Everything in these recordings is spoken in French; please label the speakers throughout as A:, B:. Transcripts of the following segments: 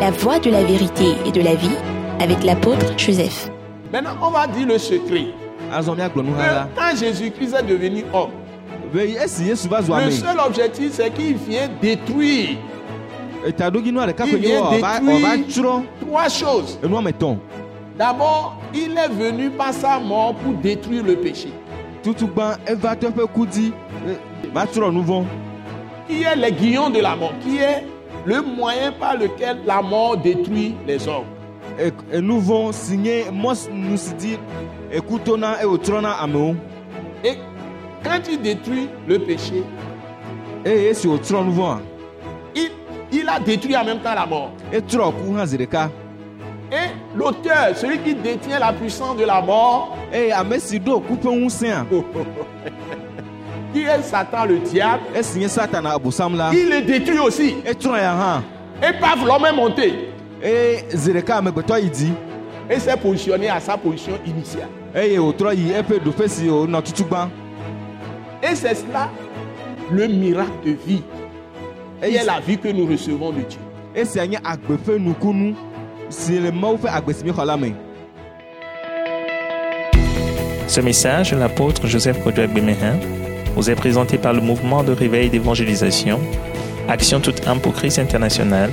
A: La voie de la vérité et de la vie avec l'apôtre Joseph.
B: Maintenant, on va dire le secret.
C: azɔmi agblɔnu hã la
B: Le- Quand Jésus-Christ est devenu homme,
C: be esi yesu va zu
B: le
C: ame yi
B: seul objectif, c'est qu'il vient détruire
C: etadoginua ɖeka
B: Il
C: ƒe
B: vient
C: nyiwa ɔva ɔva
B: détruire-
C: tsrɔ̃
B: trois choses.
C: enu ame tɔn
B: D'abord, il est venu par sa mort pour détruire le péché,
C: tutugba eva tɔ eƒe ku dzi e, va tsrɔ̃ nu vɔ
B: qui est l'aiguillon de la mort, qui est le moyen par lequel la mort détruit les hommes.
C: E- enu vɔ si nye mɔ si- nu si dzi eku tona eye wòtsrɔ̃ na amewo
B: Et quand il détruit le péché,
C: eye esi wòtsrɔ̃ nu vɔa
B: il, il a détruit en même temps la mort.
C: etrɔ ku hã zi ɖeka
B: Et l'auteur, celui qui détient la puissance de la mort,
C: eye ame si ɖo ku ƒe ŋusẽa
B: Oh. qui est Satan le diable,
C: esi nye satana abosam la
B: il le détruit aussi.
C: etrɔ ya hã
B: Et paf, l'homme est monté.
C: eye zi ɖeka amegbetɔ yi dzi
B: Et s'est positionné à sa position initiale.
C: eye wòtrɔ yi eƒe ɖoƒe si wònɔ tutugba
B: Et c'est cela le miracle de vie. Et
C: eye
B: est la vie que nous recevons de Dieu.
C: esia E nye agbe ƒe nukunu si le mawu ƒe agbe si mi xɔ la me
D: Ce message, de l'apôtre Joseph Godoy Bemehin, vous est présenté par le mouvement de réveil d'évangélisation, Action toute âme pour Christ international,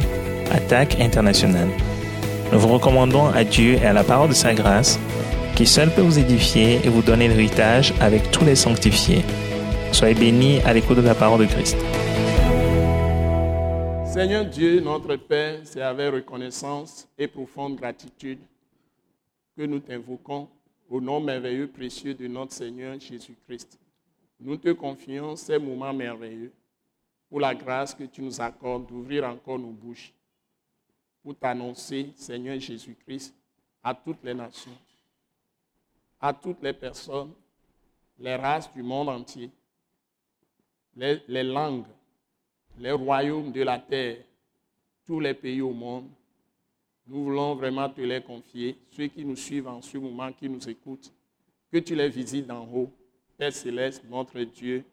D: Attaque internationale. Nous vous recommandons à Dieu et à la parole de sa grâce, qui seul peut vous édifier et vous donner l'héritage avec tous les sanctifiés. Soyez bénis à l'écoute de la parole de Christ.
B: Seigneur Dieu, notre Père, c'est avec reconnaissance et profonde gratitude que nous t'invoquons au nom merveilleux précieux de notre Seigneur Jésus-Christ. Nous te confions ces moments merveilleux pour la grâce que tu nous accordes d'ouvrir encore nos bouches pour t'annoncer, Seigneur Jésus-Christ, à toutes les nations, à toutes les personnes, les races du monde entier, les- les langues, les royaumes de la terre, tous les pays au monde. Nous voulons vraiment te les confier, ceux qui nous suivent en ce moment, qui nous écoutent, que tu les visites d'en haut. Père céleste, notre Dieu,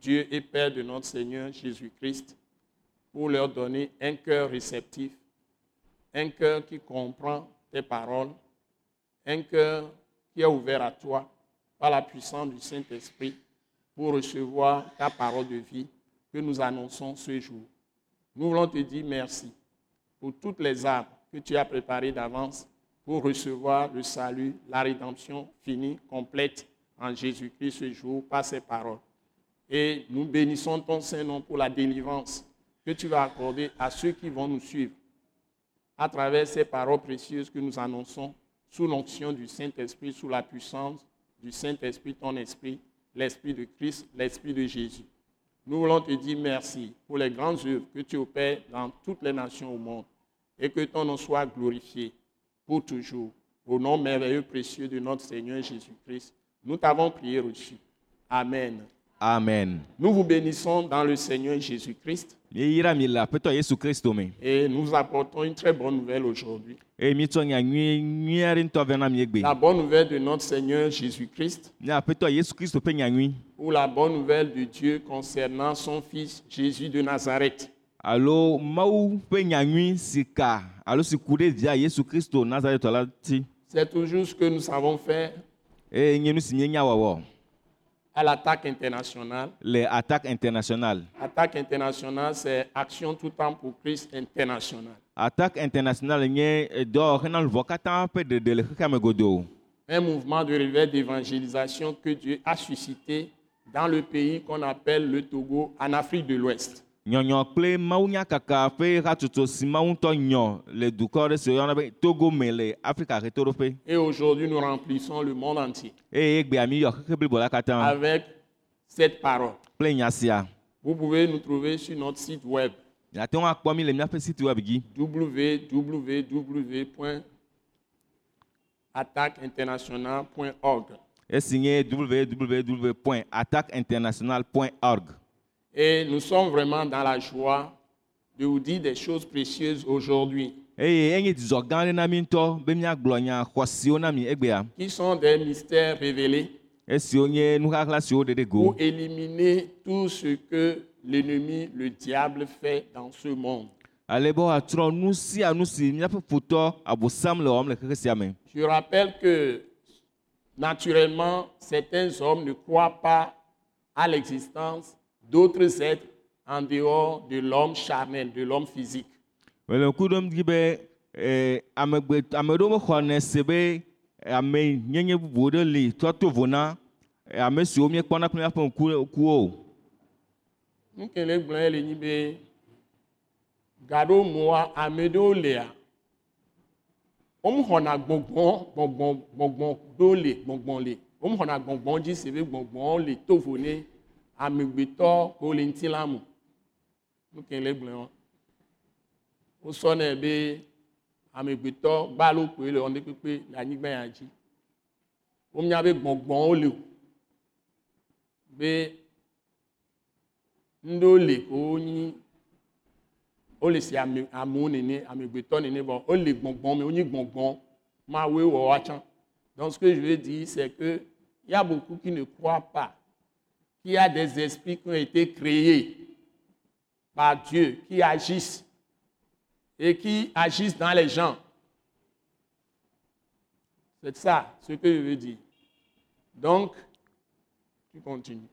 B: Dieu et Père de notre Seigneur Jésus-Christ, pour leur donner un cœur réceptif, un cœur qui comprend tes paroles, un cœur qui est ouvert à toi par la puissance du Saint-Esprit pour recevoir ta parole de vie que nous annonçons ce jour. Nous voulons te dire merci pour toutes les âmes que tu as préparées d'avance pour recevoir le salut, la rédemption finie, complète en Jésus-Christ ce jour par ses paroles. Et nous bénissons ton Saint-Nom pour la délivrance que tu vas accorder à ceux qui vont nous suivre à travers ces paroles précieuses que nous annonçons sous l'onction du Saint-Esprit, sous la puissance du Saint-Esprit, ton esprit, l'Esprit de Christ, l'Esprit de Jésus. Nous voulons te dire merci pour les grandes œuvres que tu opères dans toutes les nations au monde et que ton nom soit glorifié pour toujours. Au nom merveilleux précieux de notre Seigneur Jésus-Christ, nous t'avons prié reçu. Amen.
C: amen
B: Nous vous bénissons dans le Seigneur Jésus-Christ
C: míeyra mi le aƒetɔ yesu kristu me
B: et nous apportons une très bonne nouvelle aujourd'hui.
C: eye míetsɔ nyanyui nyui aɖe ŋutɔ vɛ na mi egbe
B: La bonne nouvelle de notre Seigneur Jésus-Christ
C: nye aƒetɔ yesu kristu ƒe nyanyui
B: ou la bonne nouvelle de Dieu concernant son Fils Jésus de Nazareth.
C: alo mawu ƒe nyanyui si ka alo si ku ɖe via yesu kristu nazaretɔ la ti
B: C'est toujours ce que nous savons faire
C: eye nye nu si nye nyawɔwɔ
B: à l'attaque internationale.
C: le attaque internationale
B: Attaque internationale, c'est action tout temps pour Christ international.
C: attaque internationale nye e edɔwɔwɔ hena luvɔ katã ƒe ɖeɖe le xexea me godoo
B: Un mouvement de réveil d'évangélisation que Dieu a suscité dans le pays qu'on appelle le Togo en Afrique de l'Ouest.
C: nyɔnyɔ kple mawunyakaka ƒe hatsotso si mawu ŋutɔ nyɔ le dukɔ aɖe si woyɔna be togo me le afrika ɣetoɖoƒe
B: Et aujourd'hui, nous remplissons le monde entier
C: eye gbea mi yɔ xexe blibo la katã
B: avec cette parole.
C: kple nya sia
B: Vous pouvez nous trouver sur notre site web
C: miate ŋu akpɔ mi le míaƒe siti web dzi
B: www.attaqueinternationale.org.
C: esi nye www attaque international org
B: Et nous sommes vraiment dans la joie de vous dire des choses précieuses aujourd'hui,
C: eye enye dzidzɔ gã aɖe na mi ŋutɔ be míagblɔ nya xɔasiwo na mi egbea
B: qui sont des mystères révélés
C: esiwo nye nuxaxlã siwo ɖeɖe go
B: pour éliminer tout ce que l'ennemi, le diable, fait dans ce monde.
C: ale be woatrɔ nu sia nu si míaƒe futɔ abosam le wɔm le xexe sia me.
B: Je rappelle que naturellement, certains hommes ne croient pas à l'existence d'autres êtres en dehors de l'homme charnel, de l'homme physique.
C: mele ŋku ɖom dzi be eh, amegbe ame ɖewo mexɔne se be eh, ame nyenye bubu ɖe li trɔ to vo na eh, ame siwo míekpɔna kple míaƒe ŋku ŋkuwo o
B: Nu kele gblɔe le nyi be gaɖo moa ame ɖewo lea womuxɔna gbɔgbɔ gbɔgbɔ gbɔgbɔ ɖewo le gbɔgbɔ le womuxɔna gbɔgbɔ dzi si be gbɔgbɔ le tovo ne amegbetɔ ko le ŋuti la mu nu kele gblɔe wa wosɔnɛ be amegbetɔ gbalo koe le wɔn ɖe kpekpe le anyigba ya dzi wonya be gbɔgbɔwo le o be ŋɖewo le ko wonyi wole si ame amewo nene amegbetɔ nene bɔ wole gbɔngbɔn me wonyi gbɔngbɔn mawoe wɔ woatsã donc ce que je veux dire c'est que il y a beaucoup qui ne croient pas qu'il y a des esprits qui ont été créés par Dieu qui agissent et qui agissent dans les gens c'est ça ce que je veux dire donc tu continues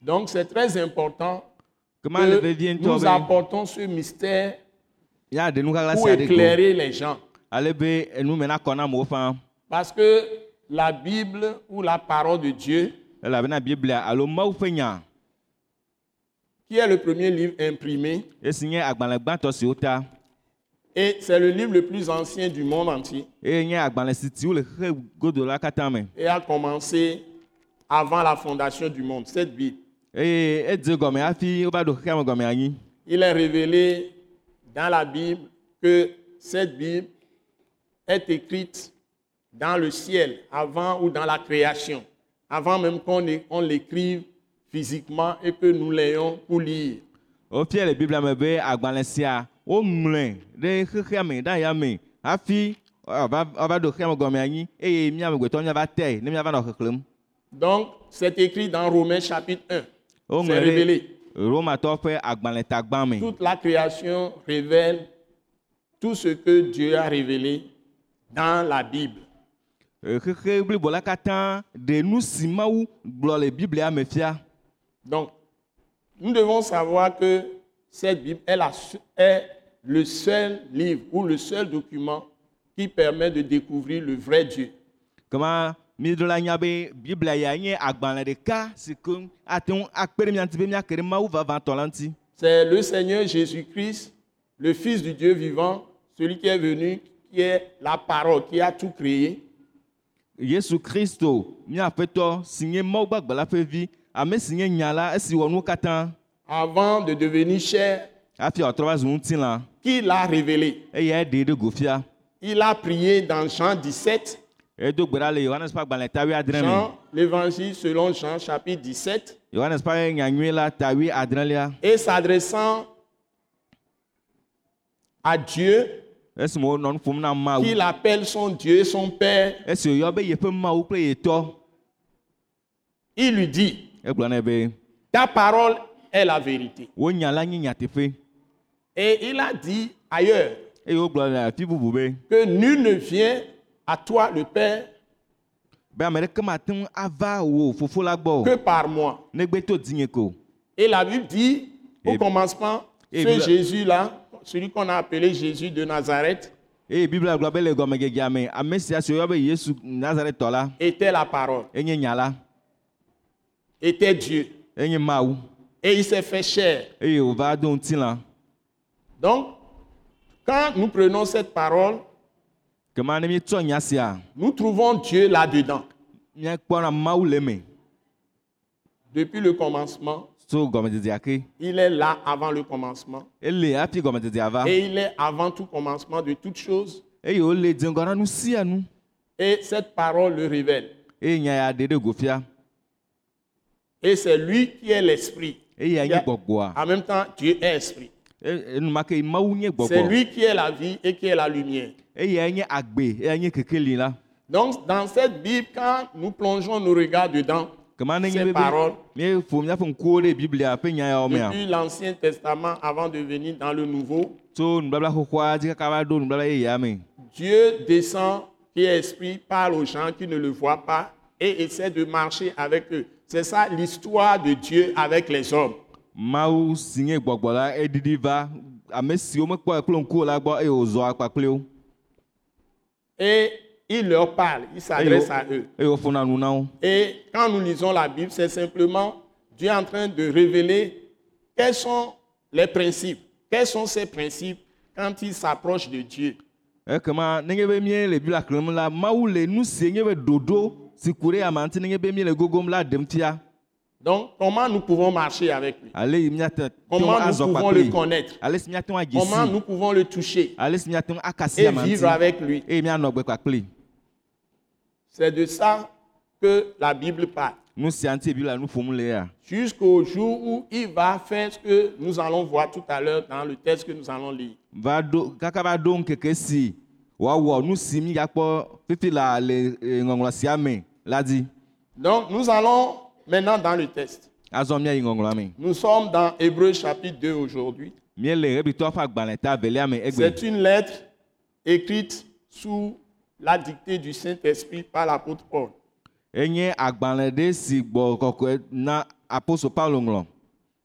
B: donc c'est très important
C: kema le vevie
B: que
C: ŋutɔ
B: nous
C: be
B: apportons ce mystère
C: yeaɖe nu xaxa
B: pour
C: sia ɖe ko
B: éclairer les gens.
C: ale be enu me nakɔ na amewo fãa
B: Parce que la Bible ou la parole de Dieu,
C: elabena biblia alo mawu ƒe nya
B: qui est le premier livre imprimé,
C: esi nye agbalẽ gbãtɔ siwo ta
B: et c'est le livre le plus ancien du monde entier,
C: eye nye agbalẽ si tiwo le xexe godo la katã me
B: et a commencé avant la fondation du monde, cette Bible.
C: eye edze gɔme hafi wova ɖo xexea me gɔme anyi
B: Il est révélé dans la Bible que cette Bible est écrite dans le ciel, avant ou dans la création, avant même qu'on é- on l'écrive physiquement et que nous l'ayons pour lire.
C: wofia le biblia me be agbalẽ sia woŋlɔe ɖe xexea me ɖe ayame hafi wova wova ɖo xexea me gɔme anyi eye mía amegbetɔ míava tɛe ne míava nɔ xexlẽm
B: Donc, c'est écrit dans Romains chapitre 1. C'est
C: woŋlɔe ɖe
B: révélé.
C: romatɔwo ƒe agbalẽ tagbã me
B: Toute la création révèle tout ce que Dieu a révélé dans la Bible.
C: Eh, xexe blibo la katã ɖe nu si mawu gblɔ le biblia me fia
B: Donc, nous devons savoir que cette Bible est, la se- est le seul livre ou le seul document qui permet de découvrir le vrai Dieu.
C: kema míeɖo la nya be biblia ya nye agbalẽ ɖeka si ke ate ŋu akpe ɖe mía ŋuti be míake ɖe mawu vavãtɔ la ŋuti
B: C'est le Seigneur Jésus-Christ, le Fils du Dieu vivant, celui qui est venu, qui est la parole, qui a tout créé,
C: yesu kristo míaƒetɔ si nye mawu gbagbe la ƒe vi ame si nye nya la esi wɔ nuwo katã
B: avant de devenir chair
C: hafi wòtrɔ va zu ŋutilã
B: qui l'a révélé.
C: eya ɖee ɖe go fia
B: Il a prié dans Jean 17,
C: edo gbe ɖa le yohanes ƒe agbalẽ tawui adre me
B: Jean, l'évangile selon Jean chapitre 17,
C: yohanes ƒe nyanyui la tawui adrelia
B: et s'adressant à Dieu,
C: esime wonɔ nu ƒom na
B: qu'il
C: mawu
B: appelle son Dieu, son Père,
C: esi wòyɔ be yeƒe mawu kple ye tɔ
B: il lui dit,
C: egblɔ nɛ be
B: ta parole est la vérité.
C: wo nya la nye nyateƒe
B: Et il a dit ailleurs
C: eye wogblɔ le afi bubu be
B: que nul ne vient à toi, le Père,
C: be ame ɖeke mate ŋu ava wò fofo la gbɔ o
B: que par moi.
C: negbe to dinye ko
B: Et la Bible dit, au
C: Et-
B: commencement,
C: et
B: ce
C: vous-
B: Jésus-là, celui qu'on a appelé Jésus de Nazareth,
C: eye biblia gblɔ be le gɔme gegea me ame sia si woyɔ be yesu nazaretɔ la
B: était la parole,
C: enye nya la
B: était Dieu.
C: enye mawu
B: Et il s'est fait chair.
C: eye wòva do ŋutilã
B: Donc, quand nous prenons cette parole,
C: kema ne míetsɔ nya sia
B: nous trouvons Dieu là-dedans,
C: míakpɔna mawu le me
B: depuis le commencement.
C: tso gɔmededea ke
B: Il est là avant le commencement.
C: ele hafi gɔmededea va
B: Et il est avant tout commencement de toute chose.
C: eye wole dze ŋgɔ na nu sia nu
B: Et cette parole le révèle.
C: eye nya ya ɖe ɖe go fia
B: Et c'est lui qui est l'esprit.
C: eye ya nye
B: Yeah.
C: gbɔgbɔa
B: En même temps, Dieu est esprit.
C: E- enumake mawu nye
B: C'est
C: gbɔgbɔ
B: lui qui est la vie et qui est la lumière.
C: eye ya nye agbe eya nye kekeli la
B: Donc, dans cette Bible, quand nous plongeons nos regards dedans,
C: Kema ne nye
B: Ces
C: be
B: paroles.
C: be míeƒo míaƒe ŋkuwo ɖe Biblia ƒe nya yawo mea
B: depuis l'Ancien Testament avant de venir dans le Nouveau,
C: tso nubabla xoxoa dzi kaka va ɖo nubabla yeyea me.
B: Dieu descend, qui esprit parle aux gens qui ne le voient pas et essaie de marcher avec eux. C'est ça l'histoire de Dieu avec les hommes.
C: Mawu si nye gbɔgbɔ la eɖiɖi va ame siwo mekpɔ kple ŋkuwo la e gbɔ eye wòzɔ akpakple wo
B: Et il leur parle, il
C: eye
B: s'adresse à eux.
C: wo- eye woƒona nu na wo.
B: Et quand nous lisons la Bible, c'est simplement Dieu est en train de révéler quels sont les principes, quels sont ces principes quand ils s'approchent de Dieu.
C: ekema E nenye be mie le biblia xlẽm la mawu le nu si nye be ɖoɖo si ku ɖe ama ŋuti nenye be mie le gogom la ɖem fia
B: Donc, comment nous pouvons marcher avec lui
C: ale yi miate ŋu
B: Comment nous
C: azɔ
B: pouvons
C: kpakple
B: le connaître?
C: yi. ale si miate ŋu adzi
B: Comment
C: si
B: nous pouvons le toucher
C: ale si miate ŋu akasi
B: et
C: ama ŋuti
B: vivre avec lui
C: eye mianɔ gbe kpakple yi.
B: C'est de ça que la Bible parle.
C: nu sia ŋuti biblia nu ƒom le ya
B: Jusqu'au jour où il va faire ce que nous allons voir tout à l'heure dans le texte que nous allons lire.
C: va ɖo kaka va ɖo ŋkeke si woawɔ nu si mi yakpɔ fifi la le eh, ŋɔŋlɔ sia me la dzi
B: Donc, nous allons maintenant dans le texte.
C: azɔ mia yi ŋɔŋlɔa me
B: Nous sommes dans Hébreu chapitre 2 aujourd'hui.
C: mie le hebritɔa ƒe agbalẽ ta velia me egbe
B: C'est une lettre écrite sous la dictée du Saint-Esprit par l'apôtre Paul.
C: enye agbalẽ ɖe si gbɔ kɔkɔe na apostol paulo ŋlɔ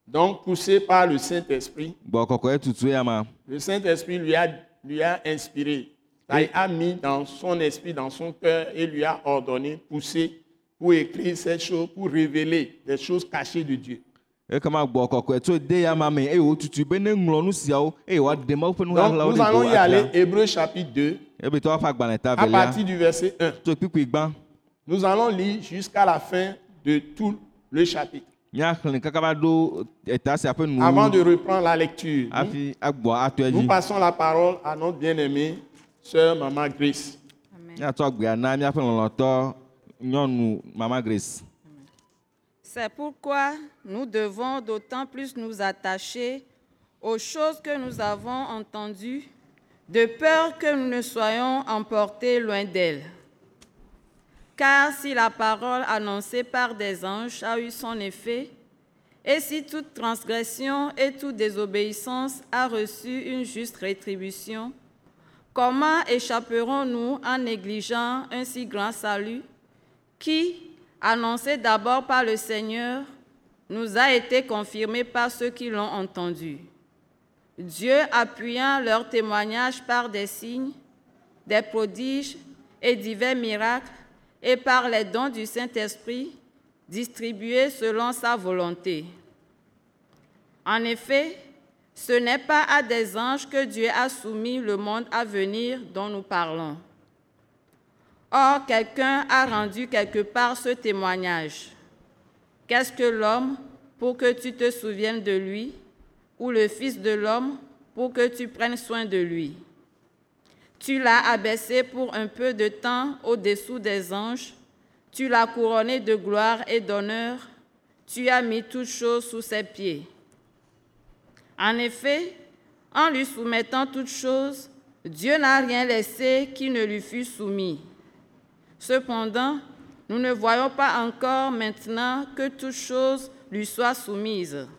B: Donc, poussé par le Saint-Esprit,
C: gbɔ kɔkɔe tutu ya ma
B: le Saint-Esprit lui a, lui a inspiré, Ça, il a mis dans son esprit, dans son cœur, et lui a ordonné, poussé pour écrire ces choses, pour révéler des choses cachées de Dieu.
C: ekema gbɔ kɔkɔe tso de ya ma me eye wotutu be ne ŋlɔ nu siawo eye woaɖe ma woƒe
B: Donc,
C: nuhahlawo
B: nous allons y aller, Hébreu chapitre 2,
C: hebritɔa ƒe agbalẽ ta
B: à
C: velia
B: partir du verset 1.
C: tso kpikpi gbã
B: Nous allons lire jusqu'à la fin de tout le chapitre,
C: miaxlẽ kaka va ɖo eta sia ƒe nuwo
B: avant
C: ŋu.
B: de reprendre la lecture. Nous
C: hafi agbɔ atɔ
B: Nous
C: edzi
B: passons la parole à notre bien-aimée, sœur Maman Grace.
C: míatsɔ agbea na míaƒe lɔlɔtɔ nyɔnu mama grace
E: C'est pourquoi nous devons d'autant plus nous attacher aux choses que nous avons entendues, de peur que nous ne soyons emportés loin d'elles. Car si la parole annoncée par des anges a eu son effet, et si toute transgression et toute désobéissance a reçu une juste rétribution, comment échapperons-nous en négligeant un si grand salut qui, annoncé d'abord par le Seigneur, nous a été confirmé par ceux qui l'ont entendu. Dieu appuyant leur témoignage par des signes, des prodiges et divers miracles, et par les dons du Saint-Esprit distribués selon sa volonté. En effet, ce n'est pas à des anges que Dieu a soumis le monde à venir dont nous parlons. Or, quelqu'un a rendu quelque part ce témoignage. Qu'est-ce que l'homme pour que tu te souviennes de lui, ou le Fils de l'homme pour que tu prennes soin de lui Tu l'as abaissé pour un peu de temps au-dessous des anges, tu l'as couronné de gloire et d'honneur, tu as mis toutes choses sous ses pieds. En effet, en lui soumettant toutes choses, Dieu n'a rien laissé qui ne lui fût soumis. Cependant, nous ne voyons pas encore maintenant que toute chose lui soit soumise.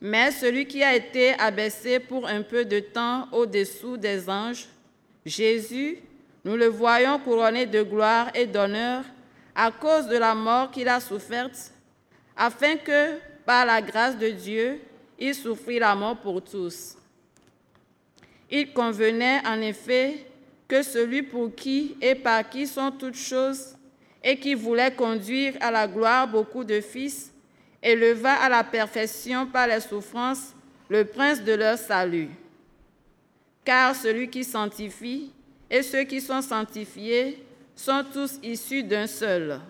E: Mais celui qui a été abaissé pour un peu de temps au-dessous des anges, Jésus, nous le voyons couronné de gloire et d'honneur à cause de la mort qu'il a soufferte, afin que, par la grâce de Dieu, il souffrit la mort pour tous. Il convenait en effet que celui pour qui et par qui sont toutes choses, et qui voulait conduire à la gloire beaucoup de fils, éleva à la perfection par les souffrances le prince de leur salut. Car celui qui sanctifie et ceux qui sont sanctifiés sont tous issus d'un seul.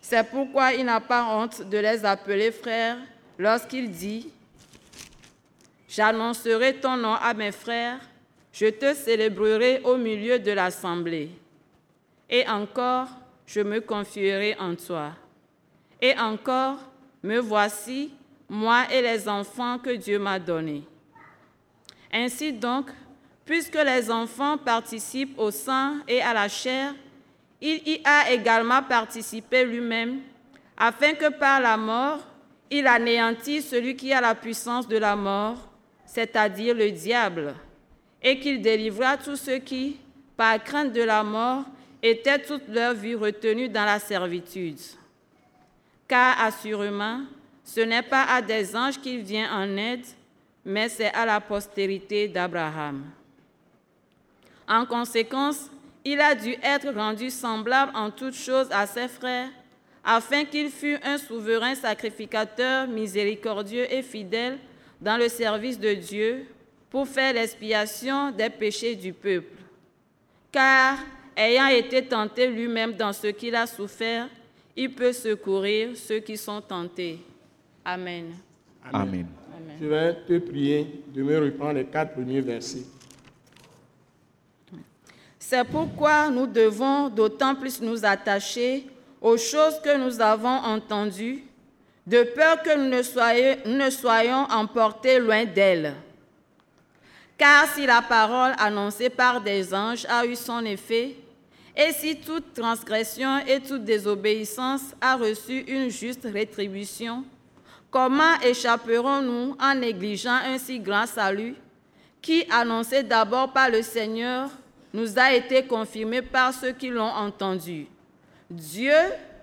E: C'est pourquoi il n'a pas honte de les appeler frères lorsqu'il dit J'annoncerai ton nom à mes frères, je te célébrerai au milieu de l'assemblée. Et encore, je me confierai en toi. Et encore, me voici, moi et les enfants que Dieu m'a donnés. Ainsi donc, puisque les enfants participent au sang et à la chair, Il y a également participé lui-même, afin que par la mort, il anéantisse celui qui a la puissance de la mort, c'est-à-dire le diable, et qu'il délivra tous ceux qui, par crainte de la mort, étaient toute leur vie retenus dans la servitude. Car assurément, ce n'est pas à des anges qu'il vient en aide, mais c'est à la postérité d'Abraham. En conséquence, il a dû être rendu semblable en toutes choses à ses frères, afin qu'il fût un souverain sacrificateur miséricordieux et fidèle dans le service de Dieu pour faire l'expiation des péchés du peuple. Car, ayant été tenté lui-même dans ce qu'il a souffert, il peut secourir ceux qui sont tentés. Amen.
C: Amen.
B: Je vais te prier de me reprendre les quatre premiers versets.
E: C'est pourquoi nous devons d'autant plus nous attacher aux choses que nous avons entendues, de peur que nous ne soyons, nous ne soyons emportés loin d'elles. Car si la parole annoncée par des anges a eu son effet, et si toute transgression et toute désobéissance a reçu une juste rétribution, comment échapperons-nous en négligeant un si grand salut qui, annoncé d'abord par le Seigneur, nous a été confirmé par ceux qui l'ont entendu. Dieu,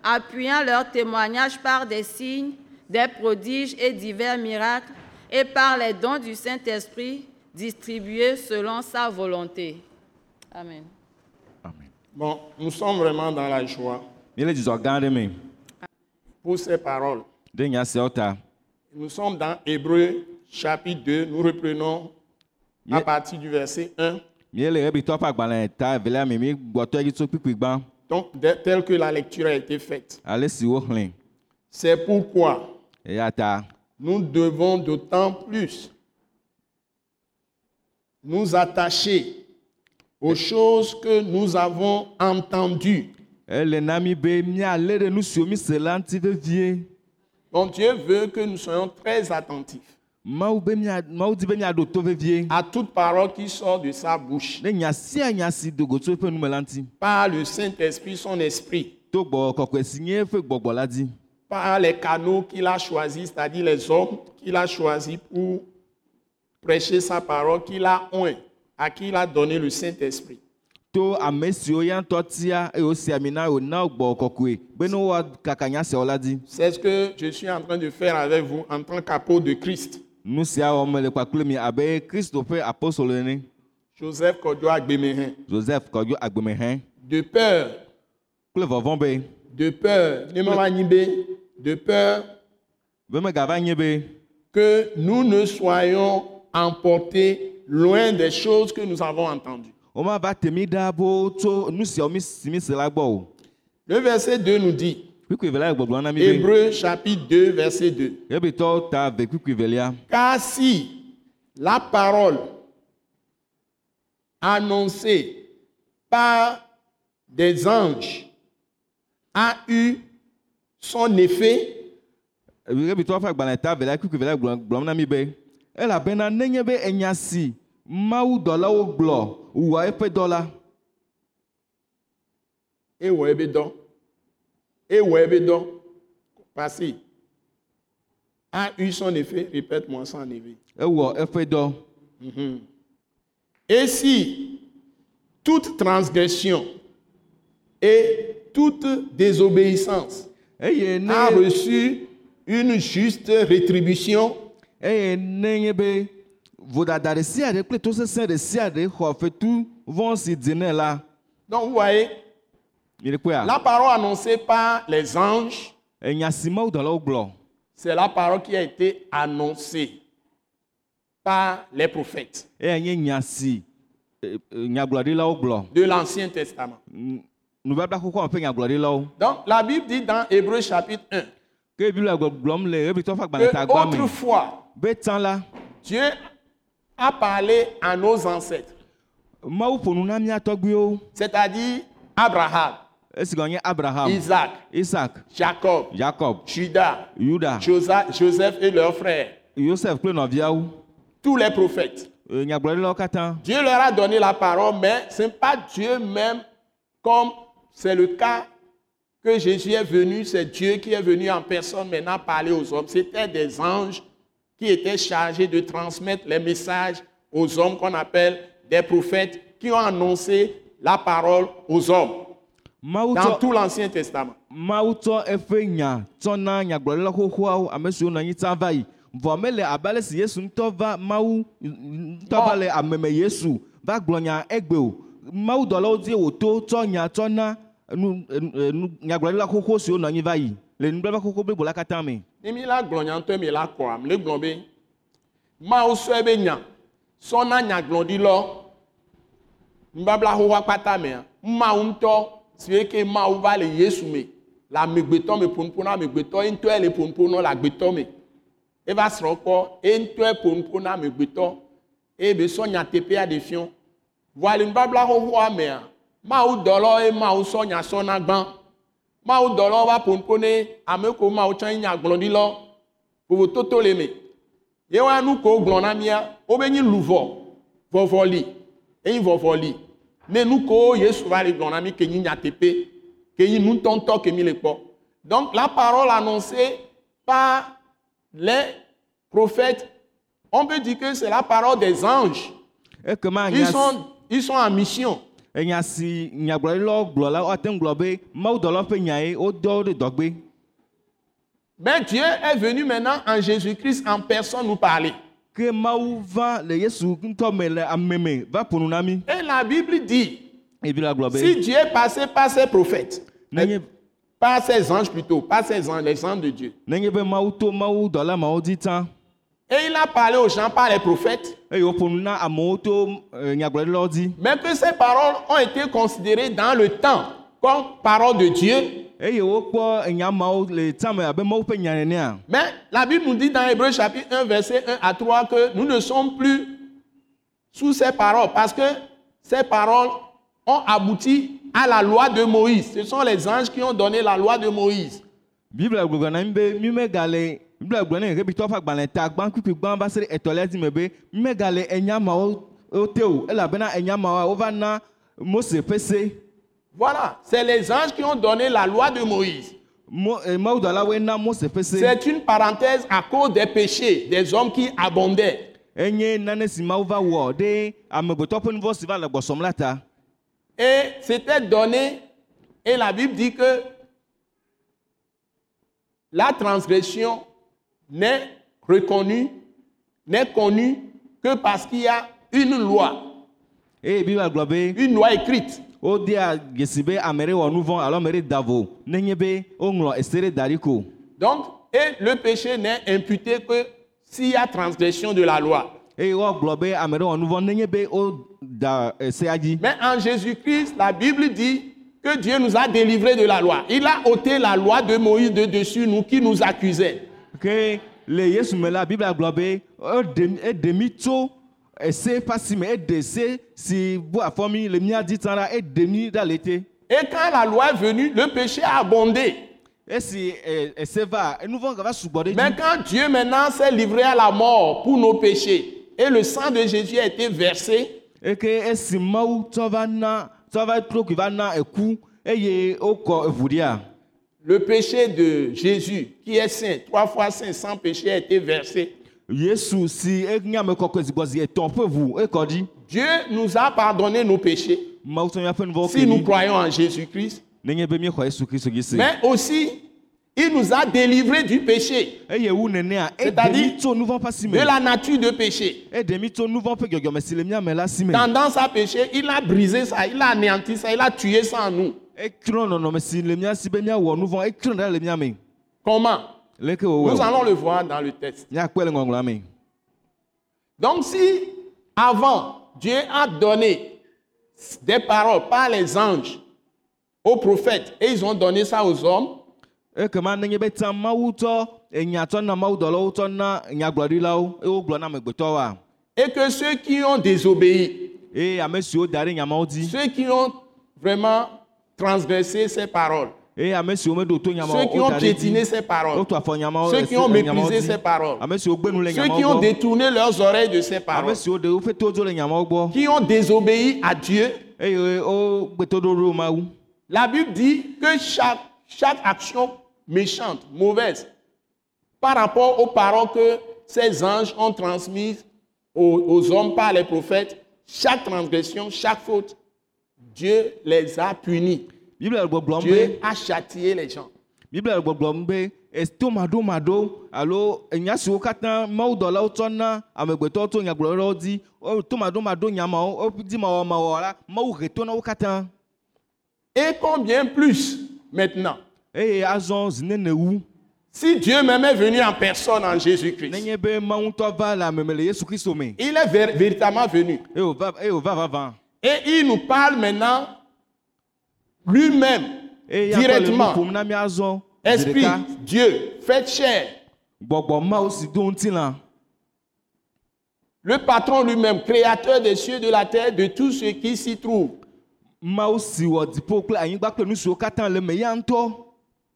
E: appuyant leur témoignage par des signes, des prodiges et divers miracles, et par les dons du Saint-Esprit distribués selon sa volonté. Amen.
C: Amen.
B: Bon, nous sommes vraiment dans la joie
C: Míele gã aɖe me
B: pour ces paroles.
C: ɖe nya siawo ta.
B: Nous sommes dans Hébreu chapitre 2. Nous reprenons à
C: Yé-
B: partir du verset 1.
C: Míele Hebritɔwo ƒe agbalẽ ta evelia me míegbɔtɔ yi tso kpikpi gbã
B: Donc, de- telle que la lecture a été faite.
C: ale si woxlẽ
B: C'est pourquoi
C: eya ta
B: nous devons d'autant plus nous attacher aux choses que nous avons entendues.
C: ele na mí be míalé ɖe nu siwo mí se la ŋuti vevie.
B: Donc Dieu veut que nous soyons très attentifs
C: Mawu be mía Mawu di be míaɖo to vevie
B: à toute parole qui sort de sa bouche
C: ɖe nya sia nya si do go tso eƒe nu me la ŋuti.
B: par le Saint-Esprit, son esprit,
C: To gbɔ kɔkɔe si nye eƒe gbɔgbɔ la di
B: par les canaux qu'il a choisis, c'est-à-dire les hommes qu'il a choisis pour prêcher sa parole, qu'il a oint, à qui il a donné le Saint-Esprit.
C: to ame siwo ya ŋutɔ tia eye wosi ami na wo na wo gbɔ kɔkɔe be ne woakaka nya siawo la di.
B: C'est ce que je suis en train de faire avec vous en tant qu'apôtre de Christ.
C: Nu sia wɔm mele kpakple mi abe kristu ƒe apostolo ene.
B: Joseph Kodjoa Gbemehin.
C: Joseph kɔdzo agbeme hɛn
B: De peur,
C: kple vɔvɔ̃ be
B: de peur, ne m'en animez, de peur
C: be megava nye be
B: que nous ne soyons emportés loin des choses que nous avons entendues.
C: womava te mi ɖa bo tso nu siawo mi si mi se la gbɔ o.
B: Le verset 2 nous dit,
C: Kpikpi evelia gbɔgblɔ na mi be.
B: Hébreu chapitre 2, verset 2.
C: Hebritɔwo ta ve kpikpi velia.
B: Car si la parole annoncée par des anges a eu son effet,
C: Hebritɔwo ƒe agbalẽ ta velia kpikpi velia gblɔ- gblɔm na mi be elabena nenye be enya si mawu dɔlawo gblɔ wua eƒe dɔ la
B: et ouais, bédon, et ouais, bédon, passé, a eu son effet, répète-moi son effet.
C: ewɔ eƒe dɔ.
B: Et si toute transgression et toute désobéissance
C: Eye
B: a
C: ne
B: reçu une juste rétribution,
C: eye nenye be vodada ɖe sia ɖe kple tosesẽ ɖe sia ɖe xɔ fetu vɔ si di ne la.
B: donc vous voyez,
C: Mi ɖe kpɔe ya.
B: la parole annoncée par les anges,
C: Enya si mawu dɔlawo gblɔ
B: c'est la parole qui a été annoncée par les prophètes
C: eya nye nya si eh, eh, nyagblɔɖilawo gblɔ.
B: de l'Ancien Testament.
C: Nubabla xoxo ƒe nyagblɔɖilawo.
B: Donc la Bible dit dans Hébreux chapitre 1
C: Ke Biblia gblɔm le Hebritɔwo ƒe agbalẽ ta
B: que
C: gbã me.
B: autrefois,
C: Be tsã la,
B: Dieu a parlé à nos ancêtres,
C: Mawu ƒo nu na mía tɔgbuiwo.
B: c'est-à-dire Abraham,
C: Esi gɔ nye Abraham,
B: Isaac,
C: Isaac,
B: Jacob,
C: Jacob,
B: Judas,
C: Yuda,
B: Josa- Joseph et leurs frères,
C: Yosef kple nɔviawo.
B: tous les prophètes.
C: Eh, Nyagblɔɖilawo katã.
B: Dieu leur a donné la parole, mais ce n'est pas Dieu même comme c'est le cas que Jésus est venu, c'est Dieu qui est venu en personne maintenant parler aux hommes. C'était des anges qui étaient chargés de transmettre les messages aux hommes qu'on appelle des prophètes qui ont annoncé la parole aux hommes
C: Mawu
B: dans
C: tsɔ
B: tout l'Ancien Testament.
C: Mawu tsɔ eƒe nya tsɔ na nyagblɔɖila xoxoawo, ame siwo nɔ anyi tsã va yi. Vɔ mele abe ale si Yesu ŋutɔ va Mawu ŋutɔ va le ameme Yesu va gblɔ nya egbe o. Mawu dɔlawo die wòto tsɔ nya tsɔ na nu enu- enu- nyagblɔɖila xoxo siwo nɔ anyi va yi le nubabla xoxo blibo la katã me.
B: N'imi la gblɔ nyãtɔ mi la kɔa, mi le gblɔ be, Mawu sɔe be nya, sɔna nyagblɔɖilɔ, nubabla xoxoa kpata mea, Mawu ŋutɔ si ye ke Mawu va le Yesu me, le amegbetɔ me ponpona, amegbetɔ ye ŋutɔe le ponpona le agbetɔ me. Eva srɔ̃ kpɔ, ye ŋutɔe ponpona amegbetɔ, eye be sɔ nyateƒea ɖe fiɔ. Vɔa le nubabla xoxoa mea, Mawu dɔlɔ ye Mawu sɔ nya sɔna gbã. Mawu dɔlɔwo va ponpo ne ame ko mawu tsã nye agblɔɖilɔ vovototo le me. Ye wa nu ko gblɔ na mía, wobe nyi luvɔ, vɔvɔ li, eyi vɔvɔ li. Ne nu ko Yesu va le gblɔ na mí ke nyi nyateƒe, ke nyi nutɔntɔ ke mi le kpɔ. Donc la parole annoncée par les prophètes, on peut dire que c'est la parole des anges.
C: Ekema
B: Ils
C: nya si.
B: sont, ils sont en mission.
C: enya si nyagblɔɖilawo gblɔ la woate ŋu gblɔ be mawudɔlawo ƒe nya ye wodɔ wo ɖe dɔgbe
B: Mais Dieu est venu maintenant en Jésus-Christ en personne nous parler.
C: ke mawu va le yesu ŋutɔ me le ame me va ƒonu na mí
B: Et la Bible dit,
C: evi la gblɔ
B: si
C: be
B: Dieu est passé par ses prophètes,
C: nenye
B: par ses anges plutôt, par ses anges, les anges de Dieu,
C: nenye be mawu to mawudɔla mawo dzi tsã
B: et il a parlé aux gens par les prophètes,
C: eye woƒonu na amewo to eh, nyagblɔɖilawo dzi
B: mais que ces paroles ont été considérées dans le temps comme paroles de Dieu.
C: eye wokpɔ enya mawo le tsã me abe mawu ƒe nya nenea
B: Mais la Bible nous dit dans Hébreu chapitre 1, verset 1 à 3 que nous ne sommes plus sous ces paroles parce que ces paroles ont abouti à la loi de Moïse. Ce sont les anges qui ont donné la loi de Moïse.
C: biblia gblɔ na mí be mí megale biblia gblɔ ne hebitɔwo ƒe agbalẽ ta gbã kpikpi gbã va se ɖe etɔlia dzi me be mí megale enya mawo wote o elabena enya mawoa wova na mose ƒe se
B: Voilà, c'est les anges qui ont donné la loi de Moïse.
C: Mo- eh, mawudɔlawoe na mose ƒe se
B: C'est une parenthèse à cause des péchés des hommes qui abondaient.
C: enye nane si mawu va wɔ ɖe amegbetɔ ƒe nuvɔ si va le gbɔsɔm la ta
B: Et c'était donné, et la Bible dit que la transgression n'est reconnue, n'est connue que parce qu'il y a une loi,
C: eye biblia gblɔ be
B: une loi écrite.
C: wodea gesi be ame ɖe wɔ nu vɔ alo ame ɖe da vo nenye be woŋlɔ ese ɖe da ɖi ko
B: Donc, et le péché n'est imputé que s'il y a transgression de la loi.
C: eye woagblɔ E be ame ɖe wɔ nu vɔ nenye be woda esea dzi
B: Mais en Jésus-Christ, la Bible dit que Dieu nous a délivrés de la loi. Il a ôté la loi de Moïse de dessus nous qui nous accusait.
C: ke le yesu me la biblia gblɔ be eɖe eɖe mí tso ese ƒe asi me eɖe se si bu afɔ mí le mía dzi tsã la eɖe mí ɖa le te
B: Et quand la loi est venue, le péché a abondé.
C: esi eh, ese va enu vɔ gava sugbɔ ɖe
B: Mais
C: dzi
B: quand Dieu maintenant s'est livré à la mort pour nos péchés et le sang de Jésus a été versé,
C: eke esi mawu tsɔ va na tsɔ va trokui va na eku e eye wokɔ eʋu ɖia
B: le péché de Jésus, qui est saint, trois fois saint, sans péché, a été versé.
C: yesu si enye ame kɔkɔe zi eh, gbɔ zi etɔ̃ ƒe ʋu ekɔ ɖi
B: Dieu nous a pardonné nos péchés
C: mawu tsɔ míaƒe nuvɔwo
B: si nous
C: kemi
B: croyons en Jésus-Christ,
C: nenye be míexɔ yesu kristu dzi se
B: mais aussi il nous a délivrés du péché,
C: eye wu nenea eɖe
B: C'est-à-dire-
C: mí tso nu vɔ ƒe asi
B: de
C: me
B: la nature de péché.
C: eɖe mí tso nu vɔ ƒe dzɔdzɔme si le míame la si me
B: Tendance à pécher, il a brisé ça, il a anéanti ça, il a tué ça en nous.
C: etrɔ nɔnɔme si le mía si ben be míawɔ nu vɔ etrɔ ɖa le míame
B: Comment
C: leke
B: Nous
C: wowɔ
B: allons le voir dans le texte.
C: míakpɔe le ŋɔŋlɔa me
B: Donc si avant Dieu a donné des paroles par les anges aux prophètes et ils ont donné ça aux hommes,
C: ekema Eh, nenye be tsã mawu tsɔ enya tsɔ eh, na mawudɔlawo tsɔ na nyagblɔɖilawo eye wogblɔ eh, na amegbetɔwoa
B: et que ceux qui ont désobéi,
C: eye ame siwo da ɖe nyamawo dzi
B: ceux qui ont vraiment transversé ces paroles,
C: eye ame siwo meɖo to
B: ceux
C: nyamawo
B: qui
C: wo
B: ont
C: da ɖe dzi
B: piétiné ces paroles,
C: wotu afɔ nyamawo
B: ceux
C: le
B: qui
C: se-
B: ont
C: le nyamawo
B: méprisé
C: dzi.
B: ces paroles,
C: ame siwo gbe nu le
B: ceux qui ont
C: nyamawo gbɔ
B: détourné leurs oreilles de ces
C: ame
B: paroles,
C: siwo ɖe woƒe towo dzo le nyamawo gbɔ Eh,
B: qui ont désobéi à Dieu,
C: eye wogbetoɖoɖo mawu
B: La Bible dit que chaque, chaque action méchante, mauvaise, par rapport aux paroles que ces anges ont transmises aux, aux hommes par les prophètes, chaque transgression, chaque faute, Dieu les a punis.
C: Bible le gbɔgblɔm
B: Dieu
C: be
B: a châtié les gens.
C: Bible le gbɔgblɔm be eh, tomaɖomaɖo alo enya siwo katã mawudɔlawo tsɔ na amegbetɔwo tso nyagblɔɖɔwo dzi o tomaɖomaɖo nyamawo woƒe dzimawɔmawɔ la mawu he to na wo katã
B: Et combien plus maintenant
C: eye azɔ zi ne newu
B: Si Dieu même est venu en personne en Jésus-Christ,
C: nenye be mawu ŋutɔ va le ameme le yesu kristo me
B: il est ver- véritablement venu.
C: eye wòva eye wòva vavã
B: Et il nous parle maintenant lui-même,
C: eye ya le nu
B: directement.
C: ƒom na mi azɔ zi
B: Esprit,
C: ɖeka
B: Dieu, faites chair.
C: gbɔgbɔ mawu si do ŋutilã
B: Le patron lui-même, créateur des cieux, de la terre, de tout ce qui s'y trouve.
C: mawu si wɔ dziƒo kple anyigba kple nu siwo katã le me ya ŋutɔ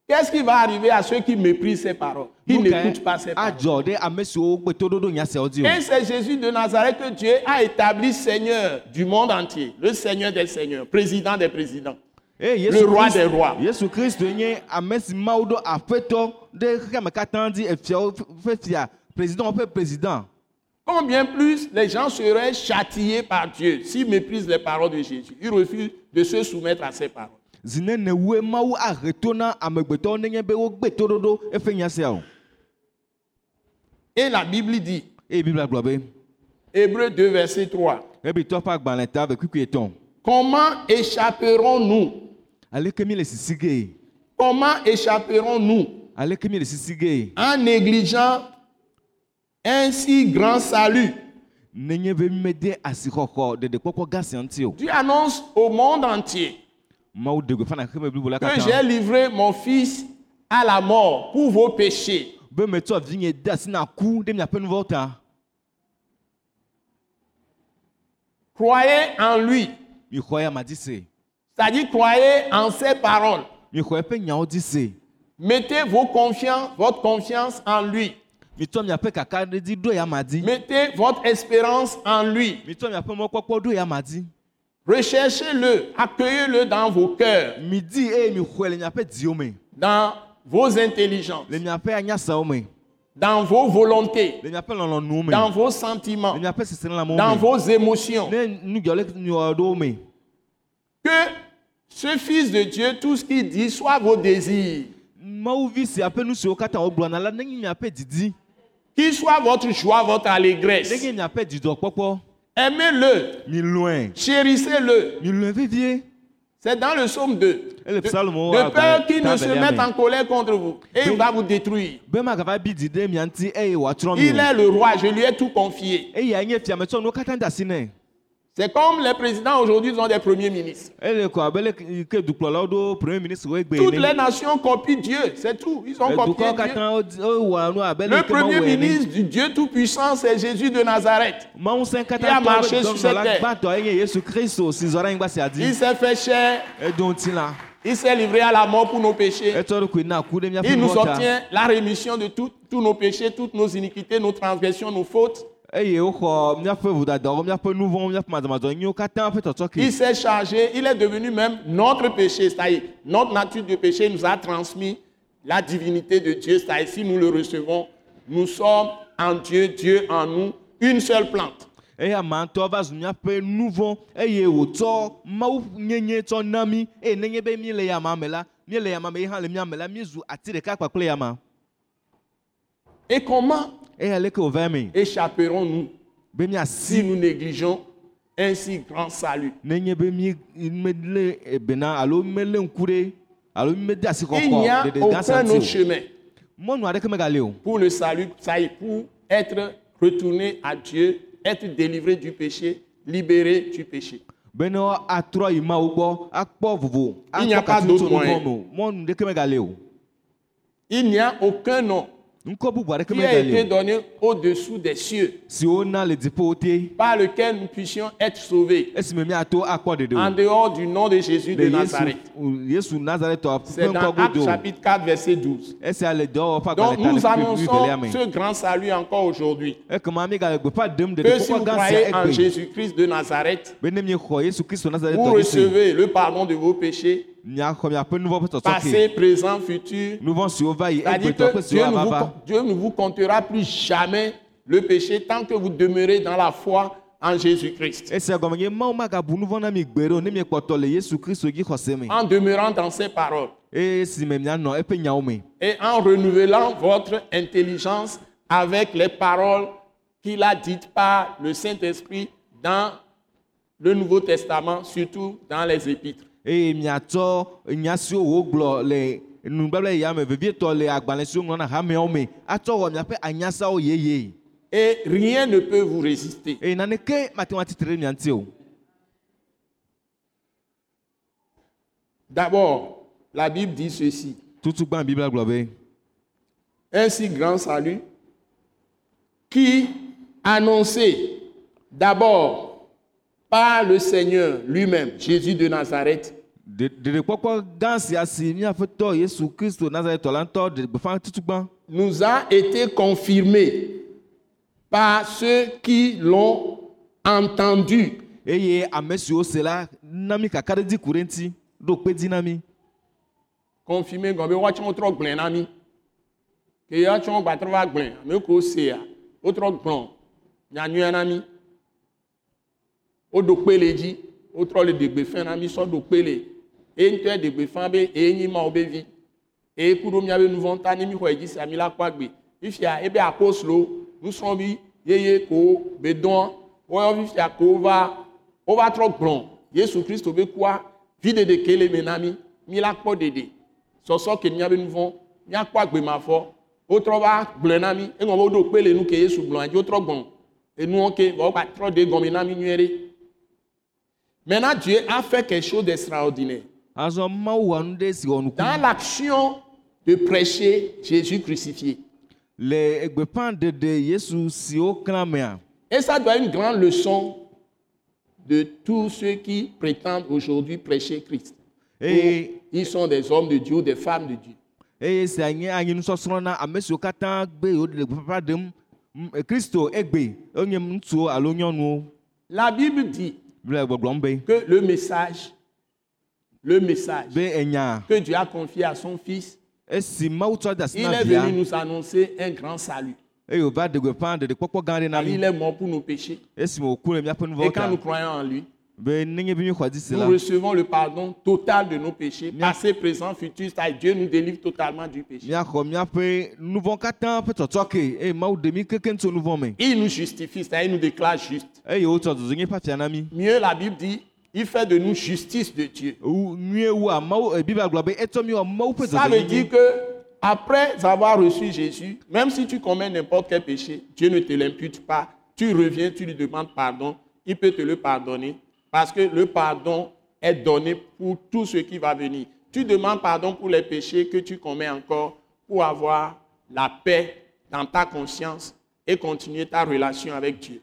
B: Qu'est-ce qui va arriver à ceux qui méprisent ses paroles, qui
C: nu
B: n'écoutent
C: kae
B: pas ses paroles
C: adzɔ ɖe ame siwo gbe toɖoɖo nya siawo dzi
B: Et
C: o
B: c'est Jésus de Nazareth que Dieu a établi Seigneur du monde entier, le Seigneur des Seigneurs, président des présidents.
C: eye
B: le
C: Eh, yesu
B: roi
C: Kristo-
B: des rois.
C: yesu kristu nye ame si mawu ɖo aƒetɔ ɖe xexeame katã dzi efiawo ƒe fia président ƒe président
B: Combien plus les gens seraient châtiés par Dieu s'ils méprisent les paroles de Jésus Ils refusent de se soumettre à ses paroles.
C: zi ne newue mawu ahe to na amegbetɔwo nenye be wogbe toɖoɖo eƒe nya sia e o
B: Et la Bible dit,
C: eye biblia gblɔ be
B: Hébreu 2, verset 3,
C: hebritɔ ƒe agbalẽ ta ve kukui etɔ̃
B: Comment échapperons-nous
C: aleke mi le sisi ge
B: Comment échapperons-nous
C: aleke mi le sisi ge
B: en négligeant un si grand salut
C: nenye be mede asixɔxɔ ɖeɖekpɔkpɔ gã sia ŋuti o
B: Dieu annonce au monde entier
C: mawu de gbeƒã na xexeame blibo la
B: que j'ai
C: katã
B: livré mon fils à la mort pour vos péchés.
C: be metsɔ vinye de asi na ku ɖe miaƒe nuvɔwo ta
B: Croyez en lui,
C: mixɔ ya ma dzi se
B: c'est-à-dire croyez en ses paroles.
C: mixɔ eƒe nyawo dzi se
B: Mettez vos confiance, votre confiance en lui.
C: mitsɔ miaƒe kaka ɖe dzi ɖo ya ma dzi
B: Mettez votre espérance en lui.
C: mitsɔ miaƒe mɔkpɔkpɔ ɖo ya ma dzi
B: Recherchez-le, accueillez-le dans vos cœurs,
C: midi eye mixɔe le miaƒe dziwo me
B: dans vos intelligences,
C: le miaƒe anyasawo me
B: dans vos volontés,
C: le miaƒe lɔlɔnuwo me
B: dans
C: le
B: vos sentiments,
C: miaƒe
B: dans
C: seselelãmewo
B: vos émotions.
C: me ne nudzɔle nyɔ ɖewo me
B: Que ce Fils de Dieu, tout ce qu'il dit, soit vos désirs,
C: mawuvi sia ƒe nu siwo katã wogblɔna la nenye miaƒe didi
B: qu'il soit votre joie, votre allégresse.
C: nenye miaƒe dzidzɔkpɔkpɔ
B: Aimez-le,
C: milɔe
B: chérissez-le.
C: milɔe vevie
B: C'est dans le psaume 2.
C: Et le
B: De,
C: psaume, oh,
B: de peur
C: Abba,
B: qu'il ne
C: ta
B: se
C: belle
B: mette
C: âme.
B: en colère contre vous et il va vous détruire.
C: be magava bi di ɖe mia ŋuti eye wòatrɔ mi
B: Il
C: o
B: est le roi, je lui ai tout confié.
C: eya nye fia metsɔ nuwo katã de asi nɛ
B: C'est comme les présidents aujourd'hui sont des premiers ministres.
C: ele ko abe le yi ke dukplɔlawo ɖo premier ministre wo egbe
B: Toutes les
C: ene
B: nations copient Dieu, c'est tout. Ils ont
C: Eh,
B: copié
C: dukɔwo
B: Dieu.
C: katã wo di- wowɔa nu abe le
B: Le
C: yi ke mawu
B: premier
C: wɔ ene
B: ministre du Dieu Tout-Puissant, c'est Jésus de Nazareth.
C: mawu sɛ
B: Qui a
C: katã
B: marché sur cette
C: la
B: terre.
C: gbãtɔ enye yesu kristo si zɔ ɖe anyigba sia
B: Il
C: dzi
B: s'est fait chair,
C: edo ŋuti E la
B: il s'est livré à la mort pour nos péchés.
C: etsɔ ɖokui na ku ɖe miaƒe
B: Il nous
C: nuwɔ ta
B: obtient la rémission de tout- tous nos péchés, toutes nos iniquités, nos transgressions, nos fautes.
C: eye woxɔ míaƒe vodadawo míaƒe nu vɔ̃wo míaƒe madamadzɔnyiwo katã ƒe
B: Il
C: tɔtɔke
B: s'est chargé, il est devenu même notre péché, c'est-à-dire notre nature de péché nous a transmis la divinité de Dieu, c'est-à-dire si nous le recevons, nous sommes en Dieu, Dieu en nous, une seule plante.
C: eye amea ŋutɔ va zu míaƒe nu vɔ̃ eye wòtsɔ mawu nyenye tsɔ na mí eye nenye be mí le yama me la mí le yama me ye hã le mía me la mí zu ati ɖeka kpakple yama
B: Et comment
C: eye aleke wòva eme
B: échapperons-nous
C: be míasi
B: si nous négligeons un si grand salut
C: nenye be mi melé ebena alo melé ŋku ɖe alo mede asi
B: Il n'y a
C: xɔxɔ ɖeɖe
B: aucun autre
C: gansanti o
B: chemin
C: mɔnu aɖeke megale o
B: pour le salut, c'est-à-dire pour être retourné à Dieu, être délivré du péché, libéré du péché.
C: be ne atrɔ yi mawo gbɔ akpɔ vovo
B: Il n'y a
C: akpɔ
B: pas
C: katitso
B: d'autre
C: nu
B: moyen.
C: vɔ me o mɔnu ɖeke megale o
B: Il n'y a aucun nom
C: ŋkɔ bubu aɖeke
B: qui a été
C: megale o
B: donné au-dessous des cieux,
C: si wona le dziƒo te
B: par lequel nous puissions être sauvés,
C: esime miato akpɔ ɖeɖe
B: en
C: o
B: dehors du nom de Jésus de
C: le
B: Nazareth.
C: yesu yesu nazaretɔ
B: C'est
C: ƒe
B: dans
C: ŋkɔ
B: Actes
C: godo o
B: chapitre 4, verset 12.
C: esia le dɔwɔƒe
B: Donc nous
C: agbalẽta le velia
B: annonçons
C: me
B: ce grand salut encore aujourd'hui.
C: ekema mi gale gbeƒa ɖem
B: Que si vous
C: ɖeɖekpɔkpɔ gã sia
B: croyez en
C: egbe
B: Jésus-Christ de Nazareth,
C: be ne mi xɔ yesu kristu nazaretɔ
B: vous
C: ɖi se
B: recevez le pardon de vos péchés,
C: miaxɔ miaƒe nuvɔ ƒe tɔtɔ
B: passé,
C: ke
B: présent, futur.
C: nuvɔ siwo va yi
B: C'est-à-dire
C: egbetɔ
B: que
C: ƒe
B: Dieu
C: siwo
B: ne,
C: va
B: vous,
C: va
B: Dieu ne vous comptera plus jamais le péché tant que vous demeurez dans la foi en Jésus-Christ.
C: esia gɔme nye mawu magabu nuvɔ na mi gbe ɖo ne miekpɔtɔ le yesu kristu dzi xɔse me
B: En demeurant dans ses paroles
C: eye si me mianɔ eƒe nyawo me
B: et en renouvelant votre intelligence avec les paroles qu'il a dites par le Saint-Esprit dans le Nouveau Testament, surtout dans les Épîtres.
C: eye miatsɔ nya siwo wogblɔ le nugbable yame vevietɔ le agbalẽ siwo ŋlɔ na hameawo me atsɔ wɔ miaƒe anyasawo yeye
B: Et rien ne peut vous résister.
C: eye naneke mate ŋu atitre ɖe mia ŋuti o
B: D'abord, la Bible dit ceci.
C: tutugba biblia gblɔ be
B: un si grand salut qui, annoncé d'abord par le Seigneur lui-même, Jésus de Nazareth,
C: "De- ɖeɖekpɔkpɔ gã sia si míaƒetɔ yesu kristu nazaretɔ la ŋutɔ ɖe gbeƒã tutugba
B: nous a été confirmé par ceux qui l'ont entendu.
C: eye ame siwo se la na mi kaka ɖe dzi ku ɖe ŋuti ɖo kpe dzi na mi
B: Confirmé, gombe, wachon otro glen ami. Que yachon batrova glen, me ko sea, otro glen, nyanyu ami. odokpele dzi wotrɔ le degbefɛ na mi sɔ dokpele eye ŋutɔ degbefɛ be enyi ma wo be vi eye ku ɖo miabe nuvɔ ta ne mi xɔ edzi sia mi la kpɔ agbe fifia ebe aposlo nusrɔ̃vi yeye ko wo be dɔn wɔyɔ fifia ko wova wova trɔ gblɔ yesu kristu be kua vi ɖeɖe ke le me na mi mi la kpɔ ɖeɖe sɔsɔ ke miabe nuvɔ miakpɔ agbe ma fɔ wotrɔ va gblɔe na mi eŋɔ be woɖo kpele nu ke yesu gblɔa dzi wotrɔ gblɔ enuɔ ke vɔ wogba trɔ de gɔme na mi nyuie ɖe. Maintenant, Dieu a fait quelque chose d'extraordinaire.
C: azɔ mawu wɔ nu ɖe si wɔ nuku
B: Dans l'action de prêcher Jésus crucifié.
C: le gbeƒã ɖeɖe yesu siwo klã mea
B: Et ça doit être une grande leçon de tous ceux qui prétendent aujourd'hui prêcher Christ.
C: eye
B: Ils sont des hommes de Dieu, ou des femmes de Dieu.
C: eye sia nye anyinusɔsrɔ̃ na ame siwo katã gbe yewo le gbeƒãƒã ɖem M- e, kristo egbe enye ŋutsuwo alo nyɔnuwo
B: La Bible dit
C: le gbɔgblɔm be
B: que le message, le message
C: be enya
B: que Dieu a confié à son Fils,
C: esi mawu tsɔ de asi
B: il
C: na
B: est venu
C: via
B: nous annoncer un grand salut.
C: eye wòva ɖe gbeƒã ɖeɖekpɔkpɔ gã ɖe na mi
B: Il est mort pour nos péchés.
C: esime wòku le míaƒe
B: Et
C: nuvɔwo
B: quand
C: ta
B: nous croyons en lui,
C: be nenye be míexɔ dzi se la
B: Nous recevons le pardon total de nos péchés,
C: Bien.
B: passé, présent, futur. c'est-à-dire Dieu nous délivre totalement du péché.
C: míaxɔ míaƒe nuvɔ katã ƒe tɔtɔ ke eye mawu ɖe mi keke tso nuvɔ me
B: Il nous justifie, c'est-à-dire il nous déclare juste.
C: eye wotsɔ zɔzɔnye ƒe afia na mi
B: Mieux, la Bible dit, il fait de nous justice de Dieu.
C: Wu- nyuie wua mawu e, biblia gblɔ be etsɔ mi wɔ mawu ƒe
B: Ça veut dire
C: zɔzɔnye
B: que après avoir reçu Jésus, même si tu commets n'importe quel péché, Dieu ne te l'impute pas. Tu reviens, tu lui demandes pardon, il peut te le pardonner parce que le pardon est donné pour tout ce qui va venir. Tu demandes pardon pour les péchés que tu commets encore pour avoir la paix dans ta conscience et continuer ta relation avec Dieu.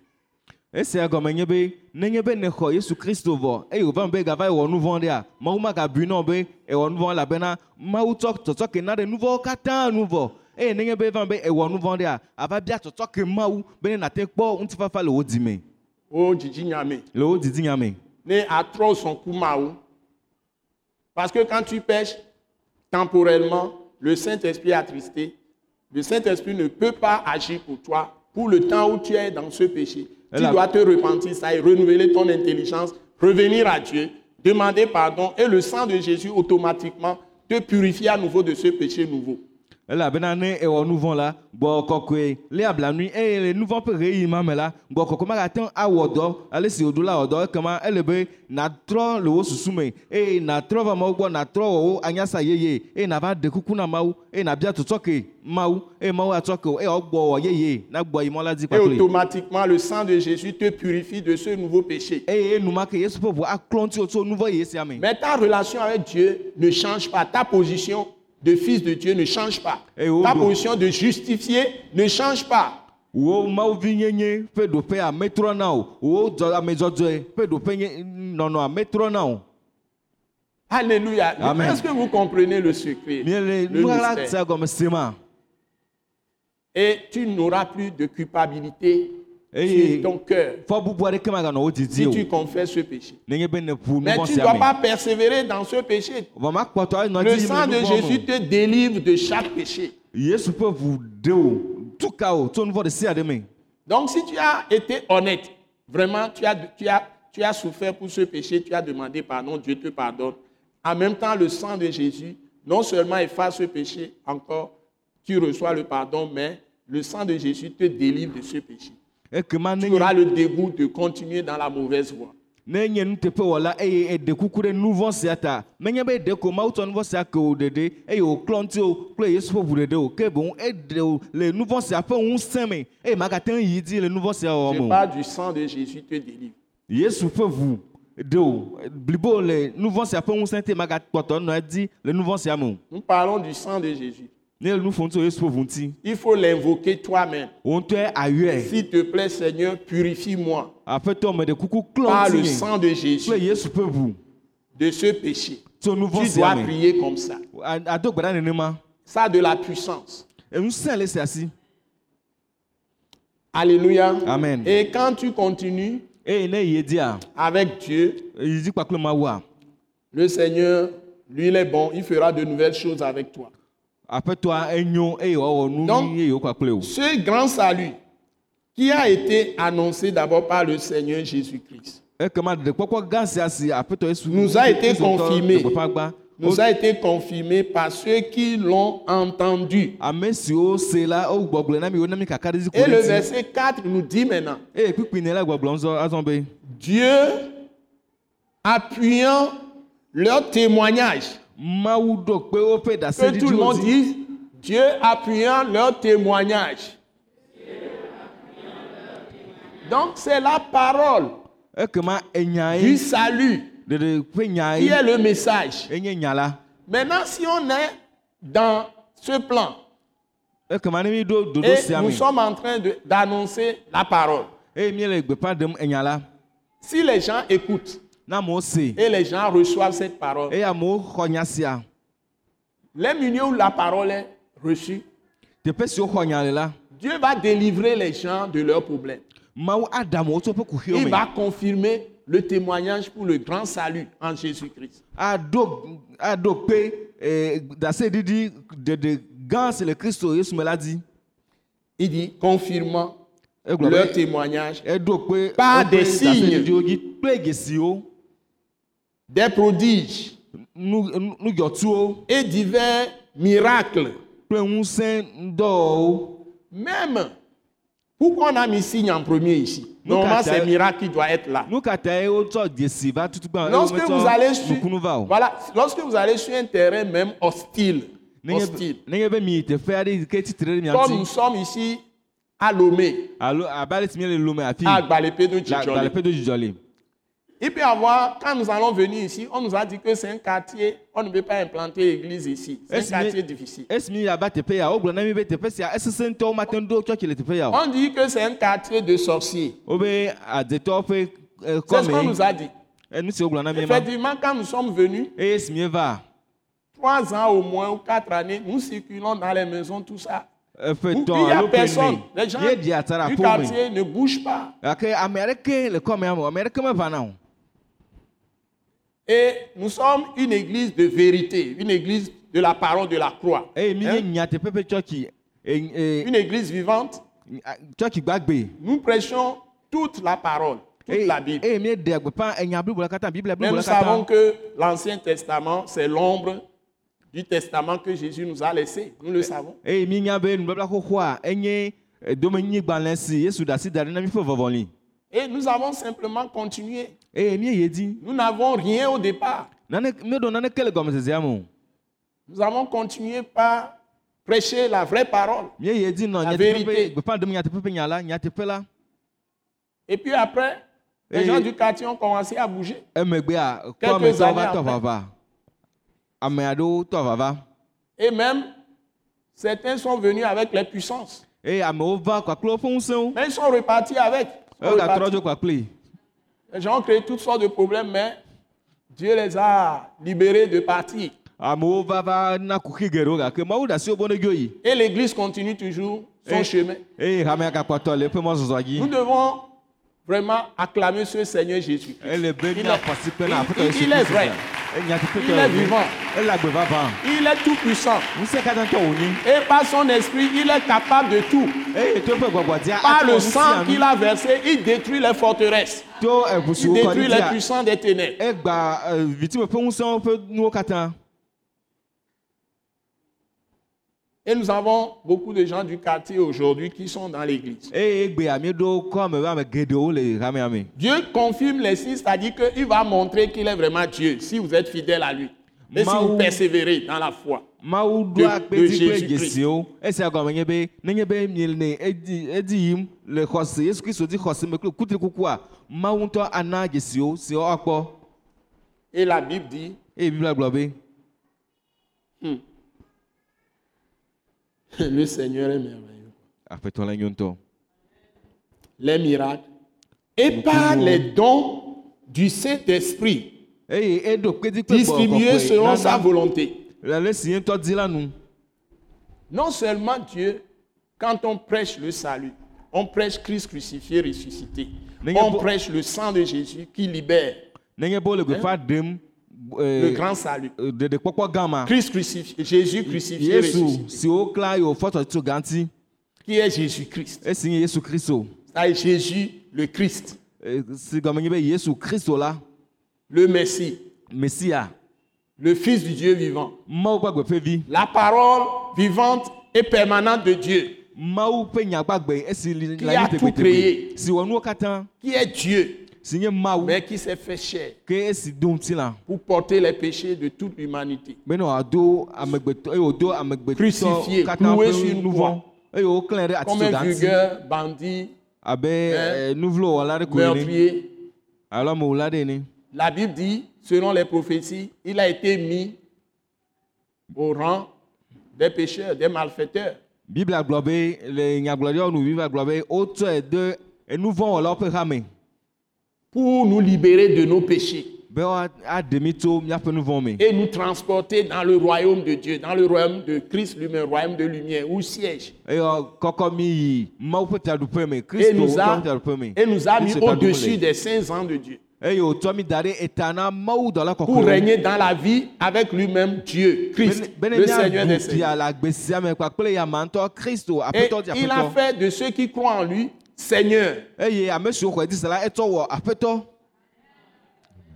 C: esia gɔme nye be nenye be nexɔ yesu kristo vɔ eye wòva me be gava ewɔ nuvɔ ɖea mawu magabui nɔ be ewɔ nuvɔ elabena mawu tsɔ tɔtɔ ke na ɖe nuvɔwo katã nu vɔ eye nenye be eva me be ewɔ nuvɔ ɖea ava bia tɔtɔ ke mawu be ne nate kpɔ ŋutifafa le wo dime
B: Oh, Didi Nyame.
C: le wo didinya me
B: né à trop son coup maou. Parce que quand tu pêches temporellement, le Saint-Esprit est attristé. Le Saint-Esprit ne peut pas agir pour toi pour le temps où tu es dans ce péché.
C: Elle a-
B: Tu dois te repentir, ça et renouveler ton intelligence, revenir à Dieu, demander pardon et le sang de Jésus automatiquement te purifie à nouveau de ce péché nouveau.
C: elabena ne ewɔ nuvɔ la gbɔ kɔkɔe lé ablanui eye le nuvɔ ƒe ɣeyiɣi ma me la gbɔ kɔkɔ magate ŋu awɔ dɔ ale si wòdo la wɔ dɔ ekema ele be natrɔ le wo susu me eye natrɔ va mawu gbɔ natrɔ wɔ wo anyasa yeye eye nava ɖe kuku na mawu eye nabia tutɔ ke mawu eye mawu atsɔ ke o eye wòagbɔ wɔ yeye nagbɔ yimɔ la dzi
B: Et
C: kpakple
B: automatiquement, le sang de Jésus te purifie de ce nouveau péché.
C: eye Eh, enumake yesu ƒe ʋu aklɔ ŋuti wòtso nuvɔ yeye sia me
B: Mais ta relation avec Dieu ne change pas. Ta position de fils de Dieu ne change pas.
C: Eh, oh,
B: Ta
C: bon.
B: position de justifié ne change pas.
C: wo mawuvi nyenye ƒe ɖoƒe ametrɔ na o wo dzɔ- amedzɔdzɔe ƒe ɖoƒe nye nɔnɔ ametrɔ na o.
B: Alléluia.
C: Amen.
B: Est-ce que vous comprenez le secret le
C: Miele, nuxala
B: mystère?
C: tia gɔme se ma,
B: Et tu n'auras plus de culpabilité
C: eye eh.
B: sur ton cœur
C: fɔ bubu aɖeke maganɔ wo didi
B: si
C: o
B: tu confesses ce péché.
C: nenye be ne ƒu
B: Mais
C: nuvɔ
B: tu ne
C: sia
B: dois
C: me
B: pas persévérer dans ce péché.
C: vɔ makpɔtɔ anɔ
B: Le
C: didi
B: sang de Jésus te délivre de chaque péché.
C: yesu ƒe ʋu ɖe o tu ka o tso nuvɔ ɖe sia ɖe me
B: Donc si tu as été honnête, vraiment, tu as, tu as, tu as souffert pour ce péché, tu as demandé pardon, Dieu te pardonne. En même temps, le sang de Jésus, non seulement efface ce péché, encore, tu reçois le pardon, mais le sang de Jésus te délivre de ce péché.
C: ekema
B: Tu
C: nenye
B: auras le dégoût de continuer dans la mauvaise voie.
C: nenye nuteƒewɔla eye eɖe kuku ɖe nuvɔ sia ta menye be ɖe ko mawu tsɔ nuvɔ sia ke o ɖeɖe eye wòklɔ ŋuti o kple yesu ƒe ʋu ɖeɖe o ke boŋ eɖe o le nuvɔ sia ƒe ŋusẽ me eye magate ŋu yi dzi le nuvɔ sia
B: Je
C: wɔm o
B: parle du sang de Jésus te délivre.
C: yesu ƒe ʋu ɖe o blibo le nuvɔ sia ƒe ŋusẽ te magakpɔtɔ nɔ edzi le nuvɔ sia me o
B: Nous parlons du sang de Jésus.
C: ne le nu ƒom tso yesu ƒe ʋu ŋuti
B: Il faut l'invoquer toi-même.
C: wò ŋutɔe ayɔe
B: S'il te plaît, Seigneur, purifie-moi
C: aƒetɔ me ɖe kuku
B: par
C: klɔ
B: le
C: ŋuti me
B: sang de Jésus
C: kple yesu ƒe ʋu
B: de ce péché.
C: tso nuvɔ
B: Tu dois
C: sia me
B: prier comme ça.
C: A- ado gbe ɖa nenema
B: Ça a de la puissance.
C: eŋusẽ le sia si
B: Alléluia.
C: Amen.
B: Et quand tu continues
C: eye ne yie dia
B: avec Dieu,
C: yidi kpakple mawua
B: le Seigneur, lui, il est bon, il fera de nouvelles choses avec toi.
C: aƒetɔa enyo eye woawɔ nu
B: Donc-
C: nyui eye wokpakple o
B: Ce grand salut qui a été annoncé d'abord par le Seigneur Jésus-Christ
C: ekema ɖekpɔkpɔ gã sia si aƒetɔ yesu
B: Nous a été
C: Kristotɔ
B: confirmé.
C: ɖe gbeƒã gbã,
B: nous a été confirmé par ceux qui l'ont entendu.
C: ame siwo se la wo gbɔgblɔe na mi wo na mi kaka ɖe dzi
B: Et
C: ko
B: le
C: le ŋuti.
B: verset 4 nous dit maintenant,
C: eye kpikpi ne la gbɔgblɔm zɔ azɔ be
B: Dieu appuyant leur témoignage
C: mawu ɖo kpe woƒe
B: Que tout le
C: ɖaseɖiɖiwo
B: monde
C: dzi
B: dise, Dieu appuyant leur témoignage. Donc c'est la parole
C: ekema enya
B: du
C: ye
B: salut
C: ɖeɖe ƒe nya
B: qui est
C: ye
B: le message.
C: enye nya la
B: Maintenant, si on est dans ce plan
C: ekema ne mi ɖo dodo
B: et
C: sia
B: nous
C: me
B: sommes en train de- d'annoncer la parole,
C: eye mi le gbeƒã ɖem enya la
B: si les gens écoutent
C: e na amewo se e
B: et les gens reçoivent cette parole,
C: eye amewo xɔ nya sia
B: les milieux où la parole est reçue,
C: teƒe si woxɔ nya le la
B: Dieu va délivrer les gens de leurs problèmes.
C: mawu aɖamu wotso ƒe kuxiwo
B: Il
C: me
B: va confirmer le témoignage pour le grand salut en Jésus-Christ.
C: aɖo aɖo pe eh, dase ɖiɖi ɖeɖe gã si le kristu yesu me la di
B: Il dit confirmant
C: egblɔ
B: leur
C: be
B: témoignage
C: eɖo pe
B: Par
C: woƒe
B: des signes.
C: ɖiɖiwo dzi kple gesiwo
B: des prodiges
C: nu- nu- nudzɔtuwo
B: et divers miracles.
C: kple ŋusẽ dɔwɔwo
B: Même, pourquoi on a mis signe en premier ici
C: Nous, hein.
B: Normalement,
C: quand
B: c'est
C: t'as-
B: miracle qui doit être là.
C: nu katã ye wotsɔ gesi va tutugba eye
B: Lorsque
C: wometsɔ
B: vous, allez sur,
C: nukunu va o
B: voilà, lorsque vous allez sur un terrain même hostile,
C: Nenye be-
B: hostile
C: nenye be miyi teƒe aɖe yi ke tsitre ɖe
B: comme nous
C: miati
B: sommes ici à Lomé,
C: alo abe ale si mi le lome afi
B: à Gbalépédo
C: gbalẽƒe do dzidzɔ le
B: Il peut y avoir, quand nous allons venir ici, on nous a dit que c'est un quartier, on ne peut pas implanter l'église ici. C'est
C: Esi
B: un
C: mi-
B: quartier difficile.
C: esi mi ava teƒe ya wogblɔ na mi be teƒe sia esese ŋutɔ womate ŋu ɖo tsɔtsi le teƒe ya o
B: On dit que c'est un quartier de sorciers.
C: wobe adetɔwo ƒe eh,
B: C'est ce qu'on nous
C: kɔme
B: a dit.
C: enu si wogblɔ na mi ma
B: Effectivement, quand nous sommes venus,
C: eye esi mi va
B: trois ans au moins ou quatre années, nous circulons dans les maisons, tout ça. Vous-
C: eƒe
B: Il
C: tɔ
B: n'y a
C: alo ƒe
B: personne.
C: ne
B: Les gens
C: ye ɖi ata ɖe
B: du
C: aƒo me
B: quartier ne bougent pas.
C: gake ame aɖeke le kɔmea me ame aɖeke meva na o
B: Et nous sommes une église de vérité, une église de la parole de la croix.
C: eye Eh, mi nye
B: Hein?
C: nyateƒe ƒe tsɔtsi Eh, eh,
B: Une église vivante.
C: a- tsɔtsi gbagbe
B: Nous prêchons toute la parole, toute
C: eye
B: la Bible.
C: eye eh, mi ɖe agbeƒã enya blibo la katã biblia
B: Mais nous
C: blibo la
B: savons
C: katã
B: que l'Ancien Testament, c'est l'ombre du testament que Jésus nous a laissé. Nous le savons.
C: eye Eh, mi nya be nubabla xoxoa enye eh, domenyigbalẽ si yesu ɖe asi da ɖe na mi ƒe vɔvɔli
B: Et nous avons simplement continué.
C: eye Eh, mi ye di
B: Nous n'avons rien au départ.
C: nane míeɖo naneke le gɔmesesea me o
B: Nous avons continué par prêcher la vraie parole.
C: míeye dzi nɔ
B: La
C: nyateƒe ƒe-
B: vérité.
C: gbeƒã ɖem nyateƒe ƒe nya la nyateƒe la
B: Et puis après, les
C: Et-
B: gens du quartier ont commencé à bouger.
C: Eh, emegbea kɔ
B: Quelques
C: ame tɔwo va
B: années
C: tɔ
B: après.
C: vava ame aɖewo tɔ vava
B: Et même, certains sont venus avec les puissances.
C: eye amewo Eh, va kpakple woƒe ŋusẽwo
B: Mais ils sont repartis avec. Ils sont
C: wogatrɔ
B: repartis.
C: dzo kpakple
B: Les gens ont créé toutes sortes de problèmes, mais Dieu les a libérés de partir.
C: amewo va va na kuxi geɖewo gake mawu ɖe asi wo bɔ ne dzo yi
B: Et l'église continue toujours son chemin.
C: eye hame ya gakpɔtɔ le eƒe mɔzɔzɔ
B: Nous
C: dzi
B: devons vraiment acclamer ce Seigneur Jésus-Christ.
C: ele be
B: Il
C: nya
B: est-
C: kɔsi kpe
B: il-
C: na aƒetɔ
B: il-
C: yesu
B: il est
C: kristu
B: vrai.
C: ta enya tete
B: Il est vivant.
C: ele agbe vavã
B: Il est tout puissant.
C: ŋusẽ katã tɔ wònyi
B: Et par son esprit, il est capable de tout.
C: eye to eƒe gbɔgbɔ dia
B: Par
C: akpɔ
B: le
C: nu
B: sang
C: sia
B: qu'il
C: nu
B: a versé, il détruit les forteresses.
C: to eʋu si
B: Il
C: wokɔ ɖi
B: détruit les
C: dia
B: puissants des ténèbres.
C: egba eh, vitime ƒe ŋusẽwo ƒe nuwo katã
B: Et nous avons beaucoup de gens du quartier aujourd'hui qui sont dans l'église.
C: eye egbea míeɖo kɔ ame be ame geɖewo le hamea me
B: Dieu confirme les six, c'est-à-dire qu'il va montrer qu'il est vraiment Dieu si vous êtes fidèle à lui et si vous
C: Maou.
B: persévérez dans la foi.
C: mawu
B: De-
C: ɖo akpedi
B: de
C: kple
B: Jésus-Christ.
C: dzesiwo esia gɔme nye be nenye be miele edi edi yim e le xɔse yesu kristu di xɔse me kple kutri kukua mawu ŋutɔ ana dzesiwo si woakpɔ
B: Et la Bible dit
C: eye bibla gblɔ be
B: Le Seigneur est merveilleux.
C: aƒetɔ la nyo ŋutɔ
B: Les miracles. Et par les dons du Saint-Esprit
C: eye eɖo kpedi kple gbɔgbɔ
B: distribués
C: kɔkɔe
B: selon sa
C: nana
B: volonté.
C: le ale si ye ŋutɔ di la nu
B: Non seulement Dieu, quand on prêche le salut, on prêche Christ crucifié, ressuscité.
C: Mais il y a
B: On
C: beau-
B: prêche le sang de Jésus qui libère
C: nenye be wole gbeƒa ɖem
B: le
C: eh,
B: grand salut.
C: eh, ɖeɖekpɔkpɔ gã ma
B: Christ crucifié, Jésus crucifié,
C: yesu
B: ressuscité,
C: si wokla yi wòfɔ tɔ tso gã ŋuti
B: qui est Jésus-Christ.
C: esi nye e yesu kristu
B: Ça est Jésus, le Christ,
C: Eh, si gɔme nye be yesu kristu la
B: le Messie,
C: mesia.
B: le Fils du Dieu vivant,
C: mawu ƒe agbe ƒe vi
B: la parole vivante et permanente de Dieu,
C: mawu ƒe nyagbagbe esi li
B: Qui
C: la
B: a
C: yi
B: tout créé.
C: tegbetegbe si wɔ nuwo katã
B: qui est Dieu,
C: si nye mawu
B: mais qui s'est fait chair
C: ke e esi do ŋuti la
B: pour porter les péchés de toute l'humanité.
C: bena wòado amegbetɔ eye wòdo amegbetɔ
B: Crucifié,
C: katã
B: cloué sur
C: ƒe
B: une
C: nuvɔ
B: croix.
C: eye wòklẽ ɖe ati
B: Comme
C: tso
B: un
C: gaŋti
B: vulgaire bandit,
C: abe
B: Hein?
C: eh, nuvlowɔla ɖe koe ne
B: meurtrier,
C: alo amewòla ɖe ne
B: La Bible dit, selon les prophéties, il a été mis au rang des pécheurs, des malfaiteurs.
C: biblia gblɔ be le nyagblɔɖiawo nu biblia gblɔ be wotsɔe de e enuvɔwɔlawo ƒe hame
B: pour nous libérer de nos péchés
C: be woaɖe mi tso míaƒe nuvɔ me
B: et nous transporter dans le royaume de Dieu, dans le royaume de Christ lui-même, royaume de lumière, où siège.
C: eye kɔkɔ mi yi mawu ƒe traɖuƒe me
B: Et
C: kristu
B: nous a,
C: ƒe traɖuƒe me
B: et nous a mis
C: Kristu ƒe traɖuƒe
B: au-dessus
C: le.
B: des saints ans de Dieu
C: eye wòtsɔ mi da ɖe eta na mawu dɔla
B: pour
C: kɔkɔe
B: régner dans la vie avec lui-même Dieu, Christ,
C: bene
B: le Seigneur des
C: miaɖu
B: Seigneurs.
C: fia le agbe sia me kpakple yama ŋutɔ kristu
B: Et
C: aƒetɔ di
B: il a
C: aƒetɔ
B: fait de ceux qui croient en lui Seigneur,
C: eye ame siwo xɔe di se la etsɔ wɔ aƒetɔ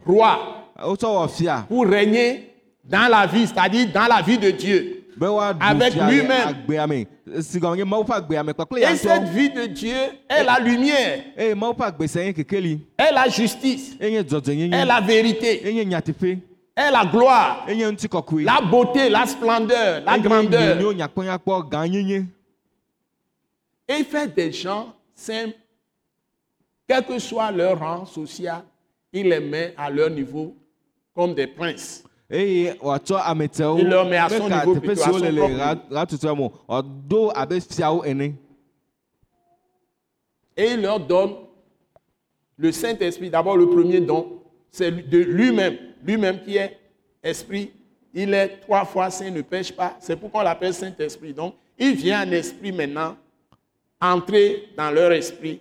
B: roi,
C: wotsɔ wɔ fia
B: pour régner dans la vie, c'est-à-dire dans la vie de Dieu.
C: be woaɖu
B: Avec
C: fia le
B: lui-même.
C: agbea me si gɔme nye mawu ƒe agbea me kpakple ya
B: Et cette
C: ŋutɔ
B: vie de Dieu est la lumière,
C: eye mawu ƒe agbe sia nye kekeli
B: est la justice,
C: enye dzɔdzɔnyenye
B: est Eh, la vérité,
C: enye nyateƒe
B: est la gloire,
C: enye ŋutikɔkɔe
B: la beauté, la splendeur, la grandeur.
C: nyonyo nyakpɔnyakpɔ gãnyenye
B: Et faire des gens simples, quel que soit leur rang social, il les met à leur niveau comme des princes.
C: eye wòatsɔ ame tsewo
B: Il leur met à son
C: beka
B: niveau
C: teƒe
B: plutôt, à
C: siwo
B: son
C: le le
B: propre
C: ɣa- ɣatutua me wòado abe fiawo ene
B: Et il leur donne le Saint-Esprit. D'abord, le premier don, c'est lui- de lui-même. Lui-même qui est esprit. Il est trois fois saint, ne pêche pas. C'est pourquoi on l'appelle Saint-Esprit. Donc, il vient en esprit maintenant, entrer dans leur esprit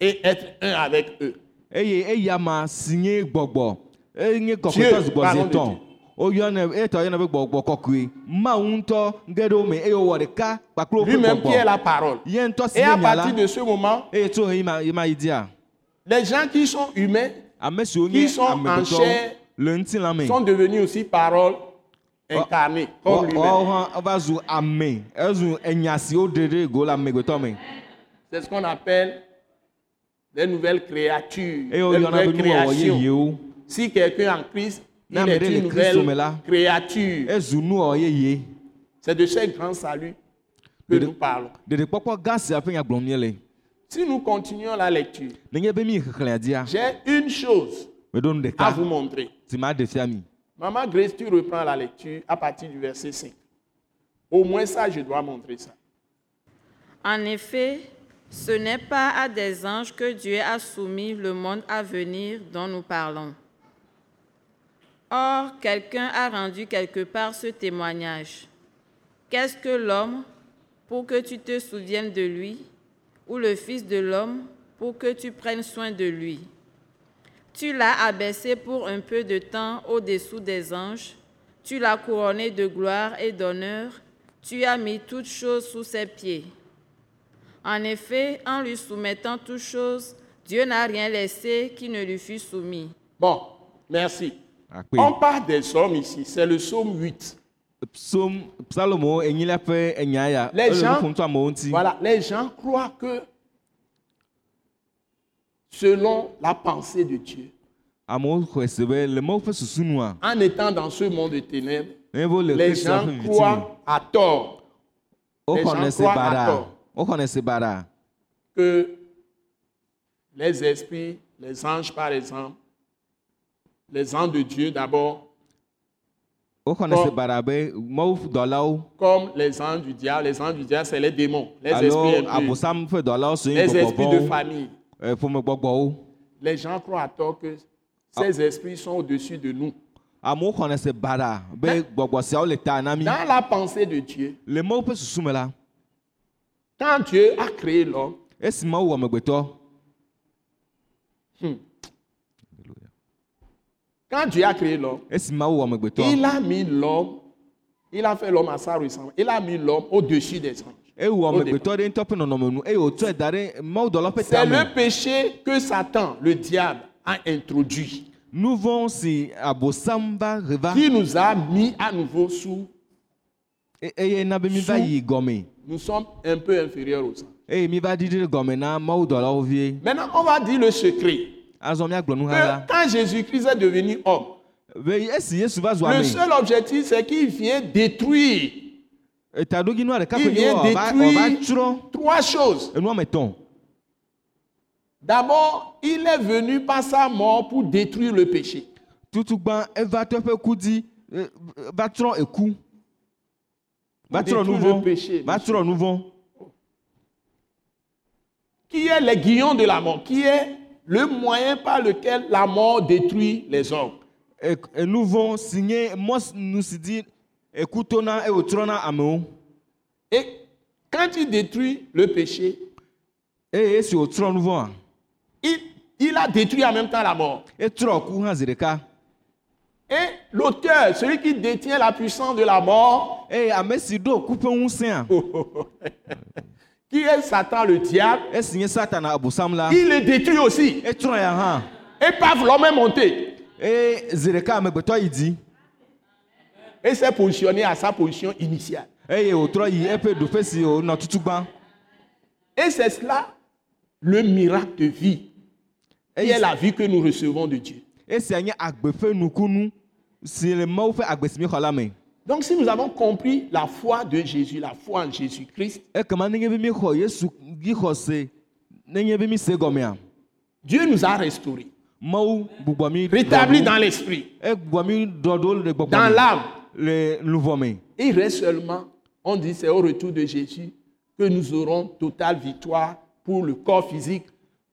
B: et être un avec eux.
C: eye eya ma si nye gbɔgbɔ enye
B: Dieu,
C: kɔkɔtɔ
B: pardon,
C: zgbɔzetɔ
B: Dieu.
C: woyɔnɛ etɔ yɔnɛ be gbɔgbɔ kɔkɔe mawu ŋutɔ ge ɖe wo me eye wowɔ ɖeka kpakple woƒe
B: Lui-même qui est
C: gbɔgbɔ
B: la parole.
C: ye ŋutɔ si
B: Et
C: nye
B: à
C: nya
B: partir
C: la
B: E de ce moment,
C: eye tso yi E, ma yi ma yi dia
B: les gens qui sont humains
C: ame siwo
B: Qui
C: nye
B: sont en chair
C: amegbetɔ le ŋutilã me
B: sont devenus aussi parole incarnée,
C: wɔ-
B: comme
C: wɔawo
B: lui-même.
C: hã va zu ame ezu enya si woɖe ɖe go le amegbetɔ me
B: C'est ce qu'on appelle des nouvelles créatures,
C: eye
B: des
C: woyɔna
B: nouvelles
C: be nuwɔwɔ
B: créations.
C: yeyewo.
B: Si quelqu'un en Christ, il
C: Non, mais
B: est
C: dans le
B: une
C: Christ, Eh.
B: nouvelle
C: mais là-
B: créature.
C: ezu nuwɔwɔ yeye
B: C'est de ce grand salut que
C: De-
B: nous parlons.
C: ɖeɖekpɔkpɔ gã sia ƒe nyagblɔm míele
B: Si nous continuons la lecture,
C: nenye be mi xexlẽa dia
B: j'ai une chose
C: meɖo nu
B: à vous
C: ɖeka
B: montrer.
C: si ma ɖe fia mi
B: Maman Grace, tu reprends la lecture à partir du verset 5. Au moins ça, je dois montrer ça.
E: En effet, ce n'est pas à des anges que Dieu a soumis le monde à venir dont nous parlons. Or, quelqu'un a rendu quelque part ce témoignage. Qu'est-ce que l'homme pour que tu te souviennes de lui, ou le Fils de l'homme, pour que tu prennes soin de lui. Tu l'as abaissé pour un peu de temps au-dessous des anges, tu l'as couronné de gloire et d'honneur, tu as mis toutes choses sous ses pieds. En effet, en lui soumettant toutes choses, Dieu n'a rien laissé qui ne lui fût soumis.
B: Bon, merci.
C: Akpe.
B: On parle des psaumes ici, c'est le psaume 8.
C: Psaume Salomo enyilia ƒe enya ya.
B: Les
C: ele nu
B: gens-
C: ƒom tso amewo ŋuti.
B: Voilà, les gens croient que selon la pensée de Dieu,
C: Amewo xɔe se be le Mawu ƒe susu nua,
B: en étant dans ce monde de ténèbres,
C: ne bo le
B: les
C: Kristu la
B: gens
C: ƒe viviti me.
B: croient à tort les
C: Woxɔnɛ
B: gens
C: se
B: croient à
C: baɖa.
B: tort.
C: Woxɔnɛ se baɖa.
B: que les esprits, les anges par exemple, les anges de Dieu d'abord,
C: Woxɔnɛ se
B: Kɔ-
C: baɖa be Mawu dɔlawo
B: comme les anges du diable, les anges du diable c'est les démons, les esprits
C: alo
B: impurs,
C: abosam ƒe dɔlawo sue
B: les esprits de
C: gbɔgbɔbɔwo,
B: famille.
C: eh, ƒomegbɔgbɔwo.
B: Les gens croient à tort que ces esprits sont au-dessus de nous.
C: Amewo xɔnɛ se baɖa be gbɔgbɔ siawo le ta na mí.
B: Dans la pensée de Dieu,
C: Le Mawu ƒe susu me la, E
B: quand Dieu a créé l'homme,
C: esi Mawu wɔ amegbetɔ,
B: quand Dieu a créé l'homme,
C: esi Mawu wɔ amegbetɔ,
B: il a mis l'homme, il a fait l'homme à sa ressemblance, il a mis l'homme au-dessus des anges.
C: ewɔ
B: Au départ.
C: amegbetɔ ɖe ŋutɔ ƒe nɔnɔme nu E eye wòtsɔe da ɖe Mawu dɔla ƒe
B: C'est le
C: tame.
B: péché que Satan, le diable, a introduit.
C: Nu vɔ̃ si abosam va he va
B: qui nous a mis à nouveau sous,
C: e- eye na be míva
B: Sous-
C: yi gɔme
B: nous sommes un peu inférieurs aux anges.
C: eye míva ɖiɖi ɖe gɔme na Mawu dɔlawo vie.
B: Maintenant, on va dire le secret.
C: Azɔ míagblɔ nu
B: Que
C: hã
B: quand Jésus-Christ est devenu homme,
C: la, be esi Yesu va zu
B: le
C: ame,
B: seul objectif, c'est qu'il vient détruire.
C: Eh, etaɖoginua ɖeka
B: Il
C: koe nye
B: vient
C: wɔ, ɔva ɔva
B: détruire
C: tsrɔ̃
B: trois choses.
C: enu Eh, ame tɔ̃.
B: D'abord, il est venu par sa mort pour détruire le péché.
C: tutugba eva tɔ eƒe ku di eh, va tsrɔ̃ eku va
B: Détruire
C: tsrɔ̃ nu
B: le péché,
C: vɔ̃ va
B: monsieur.
C: tsrɔ̃ nu vɔ̃
B: Qui est l'aiguillon de la mort Qui est le moyen par lequel la mort détruit les hommes
C: Ek- eh, nu vɔ̃ si nye mɔ s- nu si di eku tona eh, eye wòtsrɔ̃na amewo
B: Et quand il détruit le péché,
C: eye Eh, esi wòtsrɔ̃ nu vɔ̃a
B: il- il a détruit en même temps la mort.
C: etrɔ Eh, ku hã zi ɖeka
B: Et l'auteur, celui qui détient la puissance de la mort,
C: eye ame si ɖo ku ƒe ŋusẽa
B: qui est Satan le diable,
C: esi nye satana abosam la
B: il le détruit aussi.
C: etrɔ E ya E, hã
B: Et paf, l'homme est monté.
C: eye zi ɖeka amegbetɔ yi di
B: Et s'est positionné à sa position initiale.
C: eye wòtrɔ E yi eƒe ɖoƒe si wònɔ tutugba
B: Et c'est cela le miracle de vie,
C: E
B: qui est la vie que nous recevons de Dieu.
C: esia e nye agbe ƒe nukunu si le mawu ƒe agbe si mi xɔ la me.
B: Donc si nous avons compris la foi de Jésus, la foi en Jésus-Christ,
C: ekema E nenye be míexɔ yesu dzi xɔse nenye be míse gɔmea
B: Dieu nous a restaurés,
C: mawu gbugbɔ mi
B: rétablis dans l'esprit,
C: egbugbɔ mi dɔɖo le gbɔgbɔ
B: dans
C: me,
B: l'âme.
C: le luvɔ me
B: Il reste seulement, on dit c'est au retour de Jésus que nous aurons totale victoire pour le corps physique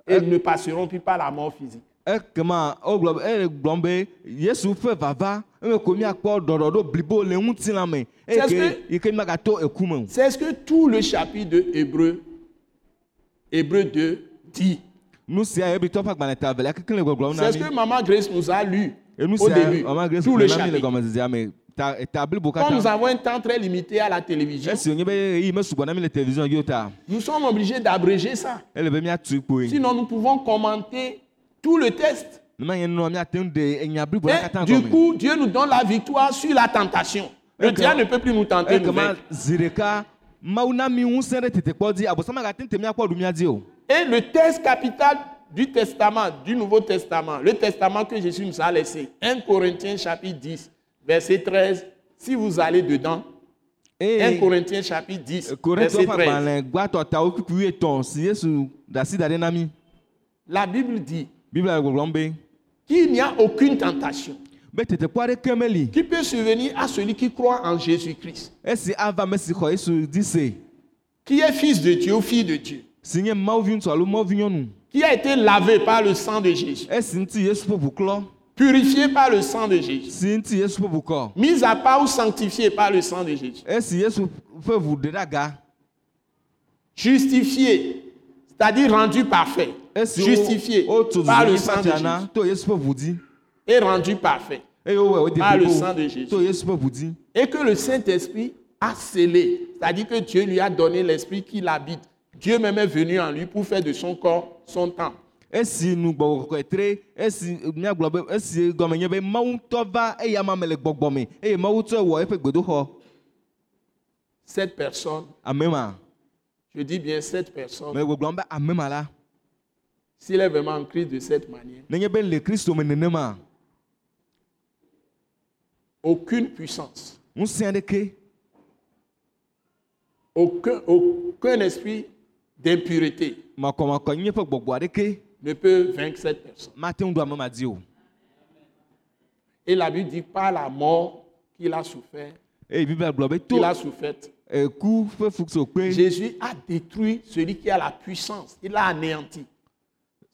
B: et ne passerons plus par la mort physique.
C: ekema wogblɔ be ele gblɔm be yesu ƒe vava eme ko míakpɔ dɔɖɔɖo blibo le ŋutilã me eye
B: Sese-
C: ke yi ke míagato eku me o
B: C'est ce que tout le chapitre de Hébreu, Hébreu 2 dit.
C: nu sia hebritɔ ƒe agbalẽ ta velia kekem le gbɔgblɔm na
B: C'est ce que
C: mi
B: Maman Grace nous a lu
C: enu
B: au
C: sia
B: début,
C: ɔmagre
B: tout le
C: sukuna mi
B: chapitre.
C: le gɔmezezea me ta eta blibo
B: Comme nous
C: katã
B: avons un temps très limité à la télévision,
C: esi wonye be ɣeyiɣi mesugbɔ na mi le televizion dzi o ta
B: nous sommes obligés d'abréger ça.
C: ele be míatu kpoe
B: Sinon, nous pouvons commenter tout le texte.
C: numanye nua míate ŋu ɖe enya blibo la
B: Et
C: katã
B: Eh, du
C: gɔme.
B: coup, Dieu nous donne la victoire sur la tentation. Le
C: Et que-
B: diable ne peut plus nous tenter. nous
C: ekema
B: vaincre.
C: zi ɖeka mawu na mi ŋusẽ ɖe tetekpɔ dzi abosam agate ŋu te míakpɔ ɖu mía dzi o
B: Et le texte capital du testament, du Nouveau Testament, le testament que Jésus nous a laissé, 1 Corinthiens chapitre 10, verset 13, si vous allez dedans, 1
C: eye
B: Corinthiens chapitre 10,
C: korintɔ
B: verset
C: ƒe
B: 13,
C: agbalẽ gbãtɔ tawo kpikpi wi etɔ̃ si yesu da asi da ɖe na mi
B: la Bible dit
C: biblia le gbɔgblɔm be
B: qu'il n'y a aucune tentation
C: be tetekpɔ aɖeke meli
B: qui peut survenir à celui qui croit en Jésus-Christ,
C: esi ava ame si xɔ yesu dzi se
B: qui est fils de Dieu ou fille de Dieu,
C: si nye mawuvi ŋutsu alo mawuvi nyɔnu
B: qui a été lavé par le sang de Jésus,
C: esi ŋuti yesu ƒe buklɔ
B: purifié par le sang de Jésus,
C: si ŋuti yesu ƒe bukɔ
B: mis à part ou sanctifié par le sang de Jésus.
C: esi yesu ƒe ʋu ɖe ɖe aga
B: justifié, c'est-à-dire rendu parfait,
C: esi wo-
B: justifié
C: wotu
B: par le
C: zɔli
B: sang de
C: satiana
B: Jésus
C: to yesu ƒe ʋu dzi
B: et rendu parfait
C: eye wowɔe wòde
B: par le
C: blibo
B: sang de Jésus.
C: to yesu ƒe ʋu dzi
B: Et que le Saint-Esprit a scellé, c'est-à-dire que Dieu lui a donné l'esprit qui l'habite. Dieu même est venu en lui pour faire de son corps son temple.
C: esi nugbɔgbɔ kɔkɔe tre esi miagblɔ be esi gɔme nye be mawu ŋutɔ va eye ama me le gbɔgbɔ me eye mawu tɔ wɔ eƒe gbedoxɔ
B: Cette personne,
C: ame ma
B: je dis bien cette personne,
C: me gbɔgblɔm be ame ma la
B: s'il est vraiment en Christ de cette manière,
C: nenye be le kristu me nenema
B: aucune puissance,
C: ŋusẽ aɖeke
B: aucun, aucun esprit d'impureté
C: makɔmakɔ nye ƒe gbɔgbɔ aɖeke
B: ne peut vaincre cette personne.
C: mate ŋu ɖo ame ma dzi o
B: Et la Bible dit par la mort qu'il a souffert,
C: eye biblia gblɔ be to
B: qu'il a souffert.
C: eku ƒe fukukpe
B: Jésus a détruit celui qui a la puissance. Il l'a anéanti.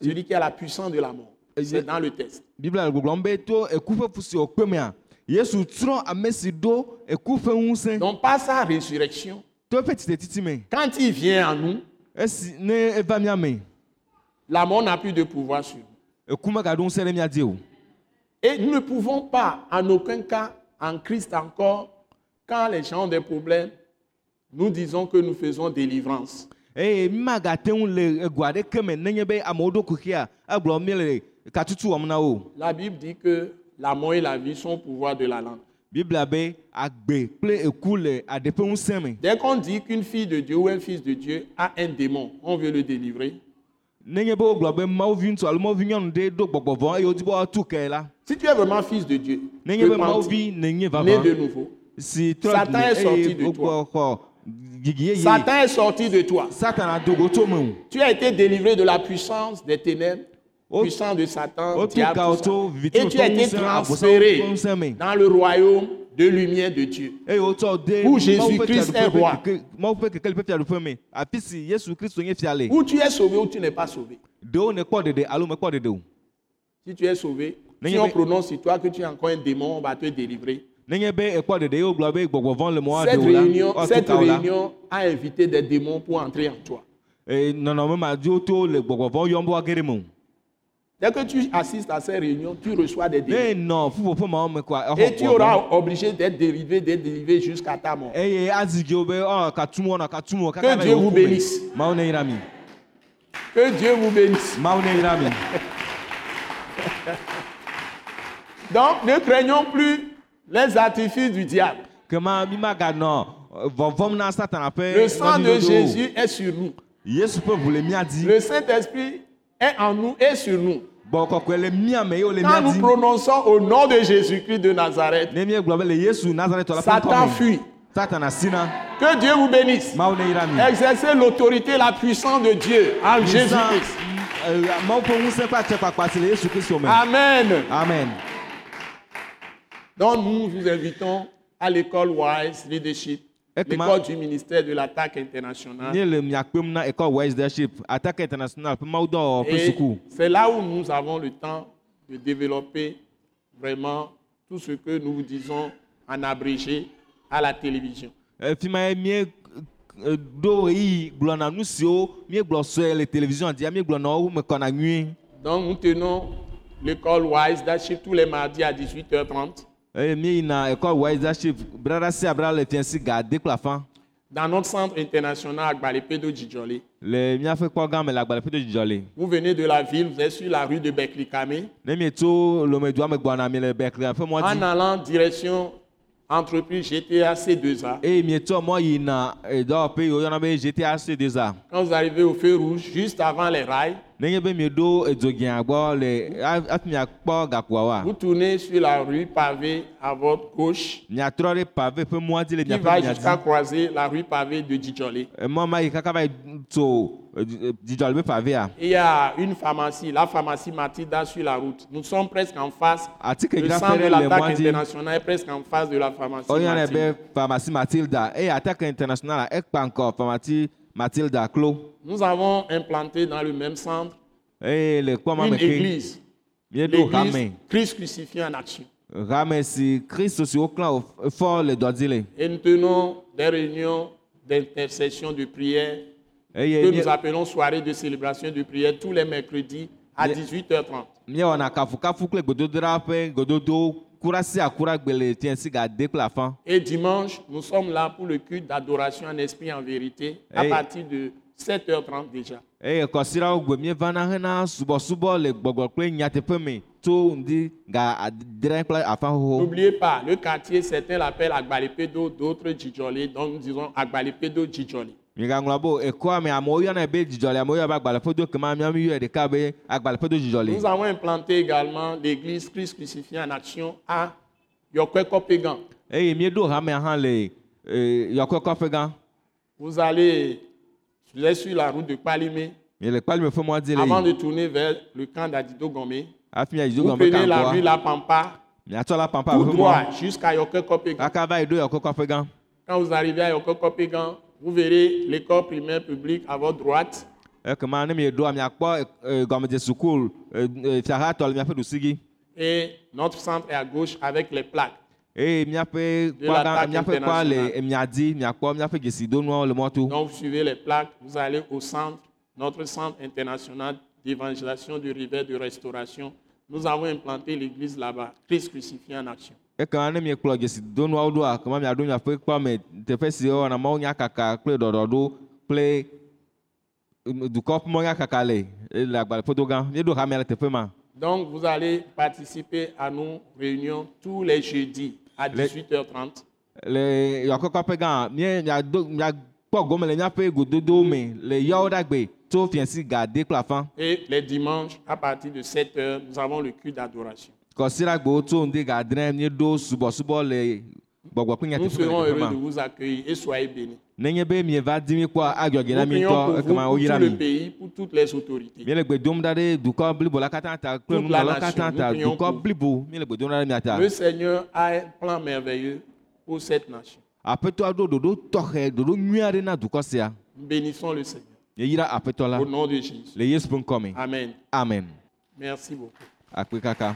B: Celui qui a la puissance de la mort. C'est dans le texte.
C: biblia gbɔgblɔm be to eku ƒe fukukpe mea yesu trɔ ame si ɖo eku ƒe ŋusẽ
B: Donc par sa résurrection,
C: to eƒe titetiti me
B: quand il vient en nous,
C: esi ne eva mia me
B: la mort n'a plus de pouvoir sur nous.
C: eku megaɖo ŋusẽ ɖe mia dzi o
B: Et nous ne pouvons pas, en aucun cas, en Christ encore, quand les gens ont des problèmes, nous disons que nous faisons délivrance.
C: eye magate ŋu le ego aɖeke me nenye be amewo ɖo kuxia egblɔ mi le katutu wɔm na wo
B: La Bible dit que la mort et la vie sont au pouvoir de la langue.
C: biblia be agbe kple eku le aɖe ƒe ŋusẽ me
B: Dès qu'on dit qu'une fille de Dieu ou un fils de Dieu a un démon, on veut le délivrer.
C: nenye be wogblɔ be mawovi ŋutsu alo mawovi nyɔnu ɖe ɖo gbɔgbɔ vɔ eye wodi be woatu ke la
B: Si tu es vraiment fils de Dieu,
C: nenye be
B: repenti,
C: mawovi nenye
B: né de
C: vava
B: nouveau.
C: si eh,
B: Satan est sorti de
C: wogbɔ xɔ gigi yeye
B: Satan est sorti de toi.
C: satana do go tso me
B: Tu as été délivré de la puissance des ténèbres,
C: Au-
B: puissance de Satan,
C: au
B: diable,
C: tout cas,
B: tout ça.
C: au- vite,
B: et
C: au
B: tu as été
C: tout ça, à
B: transféré
C: tout ça, mais-
B: dans le royaume de lumière de Dieu.
C: o eye wotsɔ Eh, de
B: Où
C: Mawu ƒe
B: Jésus-Christ est
C: fiaɖuƒe
B: roi.
C: ƒe keke- mawu ƒe kekeli ƒe fiaɖuƒe me afi si yesu kristu nye fia le
B: Ou tu es sauvé ou tu n'es pas sauvé.
C: ɖewo ne kpɔ ɖeɖe alo mekpɔ ɖeɖe o
B: Si tu es sauvé,
C: Mais
B: si
C: il y
B: on
C: avait-
B: prononce sur toi que tu es encore un démon, on va te délivrer.
C: nenye be ekpɔ ɖeɖe ye wogblɔ be gbɔgbɔ vɔm le mɔa
B: Cette
C: ɖewo la
B: réunion, cette
C: ɔtukawo la
B: réunion a invité des démons pour entrer en toi.
C: ee nɔnɔme madzo to le gbɔgbɔ vɔm yɔm be woage ɖe me o
B: Dès que tu assistes à ces réunions, tu reçois des démons.
C: ne nɔ ƒuƒoƒe mawo me koa
B: Et
C: exɔ
B: tu
C: gbɔgbɔ
B: auras obligé d'être délivré, d'être délivré jusqu'à ta mort.
C: eye azigiwo be ɔ katum wɔna katum wɔ
B: Que
C: kaka va yi
B: Dieu vous
C: wo ŋkume.
B: bénisse.
C: mawu ne yra mi
B: Que Dieu vous bénisse.
C: mawu ne yra mi
B: Donc, ne craignons plus les artifices du diable.
C: kema mi ma ganɔ vɔvɔm na satana ƒe
B: Le sang de
C: ŋɔmidodo o.
B: Jésus est sur nous.
C: yesu ƒe ʋu le mia di
B: Le Saint-Esprit est en nous et sur nous.
C: gbɔ kɔkɔe le mia me ye wole
B: Quand
C: mia
B: nous
C: di
B: prononçons au nom de Jésus-Christ de Nazareth,
C: ne mi gblɔ be le yesu nazaretɔ la ƒe
B: Satan
C: ŋkɔ me
B: fuit.
C: satana sina
B: Que Dieu vous bénisse.
C: mawu ne yra mi.
B: Exercez l'autorité, la puissance de Dieu en
C: Ŋusẽ-
B: Jésus-Christ.
C: Eh, Mawu ƒe ŋusẽ ƒe atsɛkpakpa si le Yesu Kristu me.
B: Amen.
C: Amen.
B: Donc, nous vous invitons à l'école Wise Leadership,
C: Et comment-
B: l'école du ministère de l'attaque internationale.
C: Nye le miakpem na École Wise Leadership, Attaque Internationale ƒe mawudɔwɔwɔ ƒe
B: Et
C: suku.
B: c'est là où nous avons le temps de développer vraiment tout ce que nous vous disons en abrégé à la télévision.
C: Eh, Fi ma ye mie eh, ɖo ɣeyiɣi gblɔna nu siwo míegblɔ sɔe le television dia míegblɔna wo me kɔna nyuie.
B: Donc nous tenons l'école Wise d'Achille tous les mardis à 18h30
C: Eye míeyina École Wise Leadership brada sia brada le fiasi ga de kple afã.
B: dans notre centre international à Gbalepedo Djidjolé.
C: Le míaƒe kpɔ gã me le agbalẽ ƒe dzidzɔli.
B: Vous venez de la ville, vous êtes sur la rue de Beklikame.
C: Ne míetso lomedua me gbɔna mi le Berkeley ƒe mɔ
B: En
C: dzi.
B: allant direction entreprise GTA C2A,
C: Eye míetsɔ mɔ yina eh, dɔwɔƒe yi woyɔna be GTA C2A.
B: quand vous arrivez au feu rouge, juste avant les rails,
C: nenye be mieɖo edzogia gbɔ le a- hafi miakpɔ
B: vous
C: gakoawoa
B: tournez sur la rue pavée à votre gauche
C: miatrɔ ɖe pave ƒe mɔa dzi le
B: qui va
C: miaƒe
B: jusqu'à
C: miadi
B: croiser la rue pavée de Djidjolé.
C: emɔ ma yi kaka va yi tso eh, dzi- eh, dzidzɔli ƒe pavea
B: Et il y a une pharmacie, la pharmacie Matilda sur la route. Nous sommes presque en face.
C: atike
B: Le
C: dzraƒe
B: centre de
C: ɖe le
B: l'attaque
C: mɔa dzi
B: internationale est presque en face de la pharmacie.
C: woyɔnɛ
B: Matilda.
C: be famasi matilda eye atake international ekpa ŋkɔ famasi matilda klo
B: Nous avons implanté dans le même centre
C: eye le kpɔma
B: une
C: me ke
B: église.
C: mieɖo
B: L'église
C: hame
B: Christ crucifié en action.
C: hame si kristu si woklã wo fɔ le dɔ dzi le
B: Et nous tenons des réunions d'intercession, de prière
C: eye
B: que nous
C: mie-
B: appelons soirée de célébration de prière tous les mercredis à 18h30.
C: míewɔna kafukafu kple gbedodoɖa ƒe gododo kura sia kura gbe le tiɛnsi gade kple afã
B: Et dimanche, nous sommes là pour le culte d'adoration en esprit en vérité à
C: Hey.
B: partir de 7h30 déjà.
C: eye kɔsilawo gbe míevana hena subɔsubɔ le gbɔgbɔ kple nyateƒe me tso ŋdi ga adre kple afã xoxo
B: N'oubliez pas, le quartier, certains l'appellent Agbalipedo, d'autres Djidjolé, donc nous disons Agbalipedo Djidjolé.
C: migaŋlɔ be ekɔa me amewo yɔna be dzidzɔli amewo yɔna be agbalẽƒedo kema miam yɔe ɖeka be agbalẽƒedo
B: Nous
C: dzidzɔli
B: avons implanté également l'église Christ crucifié en action à Yokweko-Pégan.
C: eye míeɖo hamea hã le eh, yɔkɔkɔƒe gã
B: Vous allez, vous êtes sur la route de Palimé,
C: míele kpalime ƒe mɔdzi le
B: avant
C: yi
B: de tourner vers le camp d'Adido Gomé.
C: hafi miadzidzo
B: Vous
C: gɔme
B: prenez la rue
C: kaŋkɔa
B: La Pampa,
C: miatsɔ la pampa
B: tout
C: ƒe mɔ
B: droit jusqu'à Yokweko-Pégan.
C: kaka va yi ɖo yɔkɔkɔƒe gã
B: Quand vous arrivez à Yokweko-Pégan, vous verrez l'école primaire publique à votre droite.
C: ekema ne mieɖoa miakpɔ eh, eh, gɔmedze sukulu fiahatɔ le miaƒe ɖusigi
B: Et notre centre est à gauche avec les plaques.
C: eye míaƒe
B: De
C: kɔa gã-
B: l'attaque
C: míaƒe kɔa
B: internationale.
C: le miadi miakpɔ míaƒe dzesidonuawo le mɔto
B: Donc, vous suivez les plaques, vous allez au centre, notre centre international d'évangélisation du rivet de restauration. Nous avons implanté l'église là-bas, Christ crucifié en action.
C: ekema E ne miekplɔ dzesidonuawo ɖoa kema miaɖo miaƒe kpɔme teƒe si wɔna mawo nyakaka kple ɖɔɖɔɖo kple em, dukɔ ƒe mɔ nyakaka le eh, le agbalẽƒodo gã míeɖo hamea le teƒe ma
B: Donc, vous allez participer à nos réunions tous les jeudis à 18h30.
C: le yɔkɔkɔƒe gã mie miado miakpɔ gome le míaƒe gododowo me le yɔwoɖagbe tso fiasi gade kple afã
B: Et les dimanches, à partir de 7h, nous avons le culte d'adoration.
C: kɔsiɖagbewo tso ŋdi gadrɛ míeɖo subɔsubɔ le gbɔgbɔ kple
B: Nous
C: nyateƒe
B: serons
C: le teƒe
B: heureux de
C: ma
B: vous accueillir et soyez bénis.
C: nenye be mieva di mi kpɔa agblɔ gɛ na
B: Nous
C: mi ŋutɔ
B: prions pour vous,
C: ekema
B: pour tout
C: woyra
B: le
C: mi
B: pays, pour toutes les autorités.
C: míele gbe dom ɖa ɖe dukɔ blibo la katã ta kple
B: Toute la
C: nunɔlawo
B: nation,
C: katã
B: nous
C: ta
B: prions pour
C: dukɔ
B: vous.
C: blibo míele gbe dom ɖa ɖe mia ta
B: Le Seigneur a un plan merveilleux pour cette nation.
C: aƒetɔa ɖo ɖoɖo tɔxɛ ɖoɖo nyui aɖe na dukɔ sia
B: Nous bénissons le Seigneur.
C: yeyra aƒetɔ la
B: Au nom de Jésus.
C: le yesu ƒe ŋkɔ me
B: Amen.
C: amen
B: Merci beaucoup.
C: akpe kaka.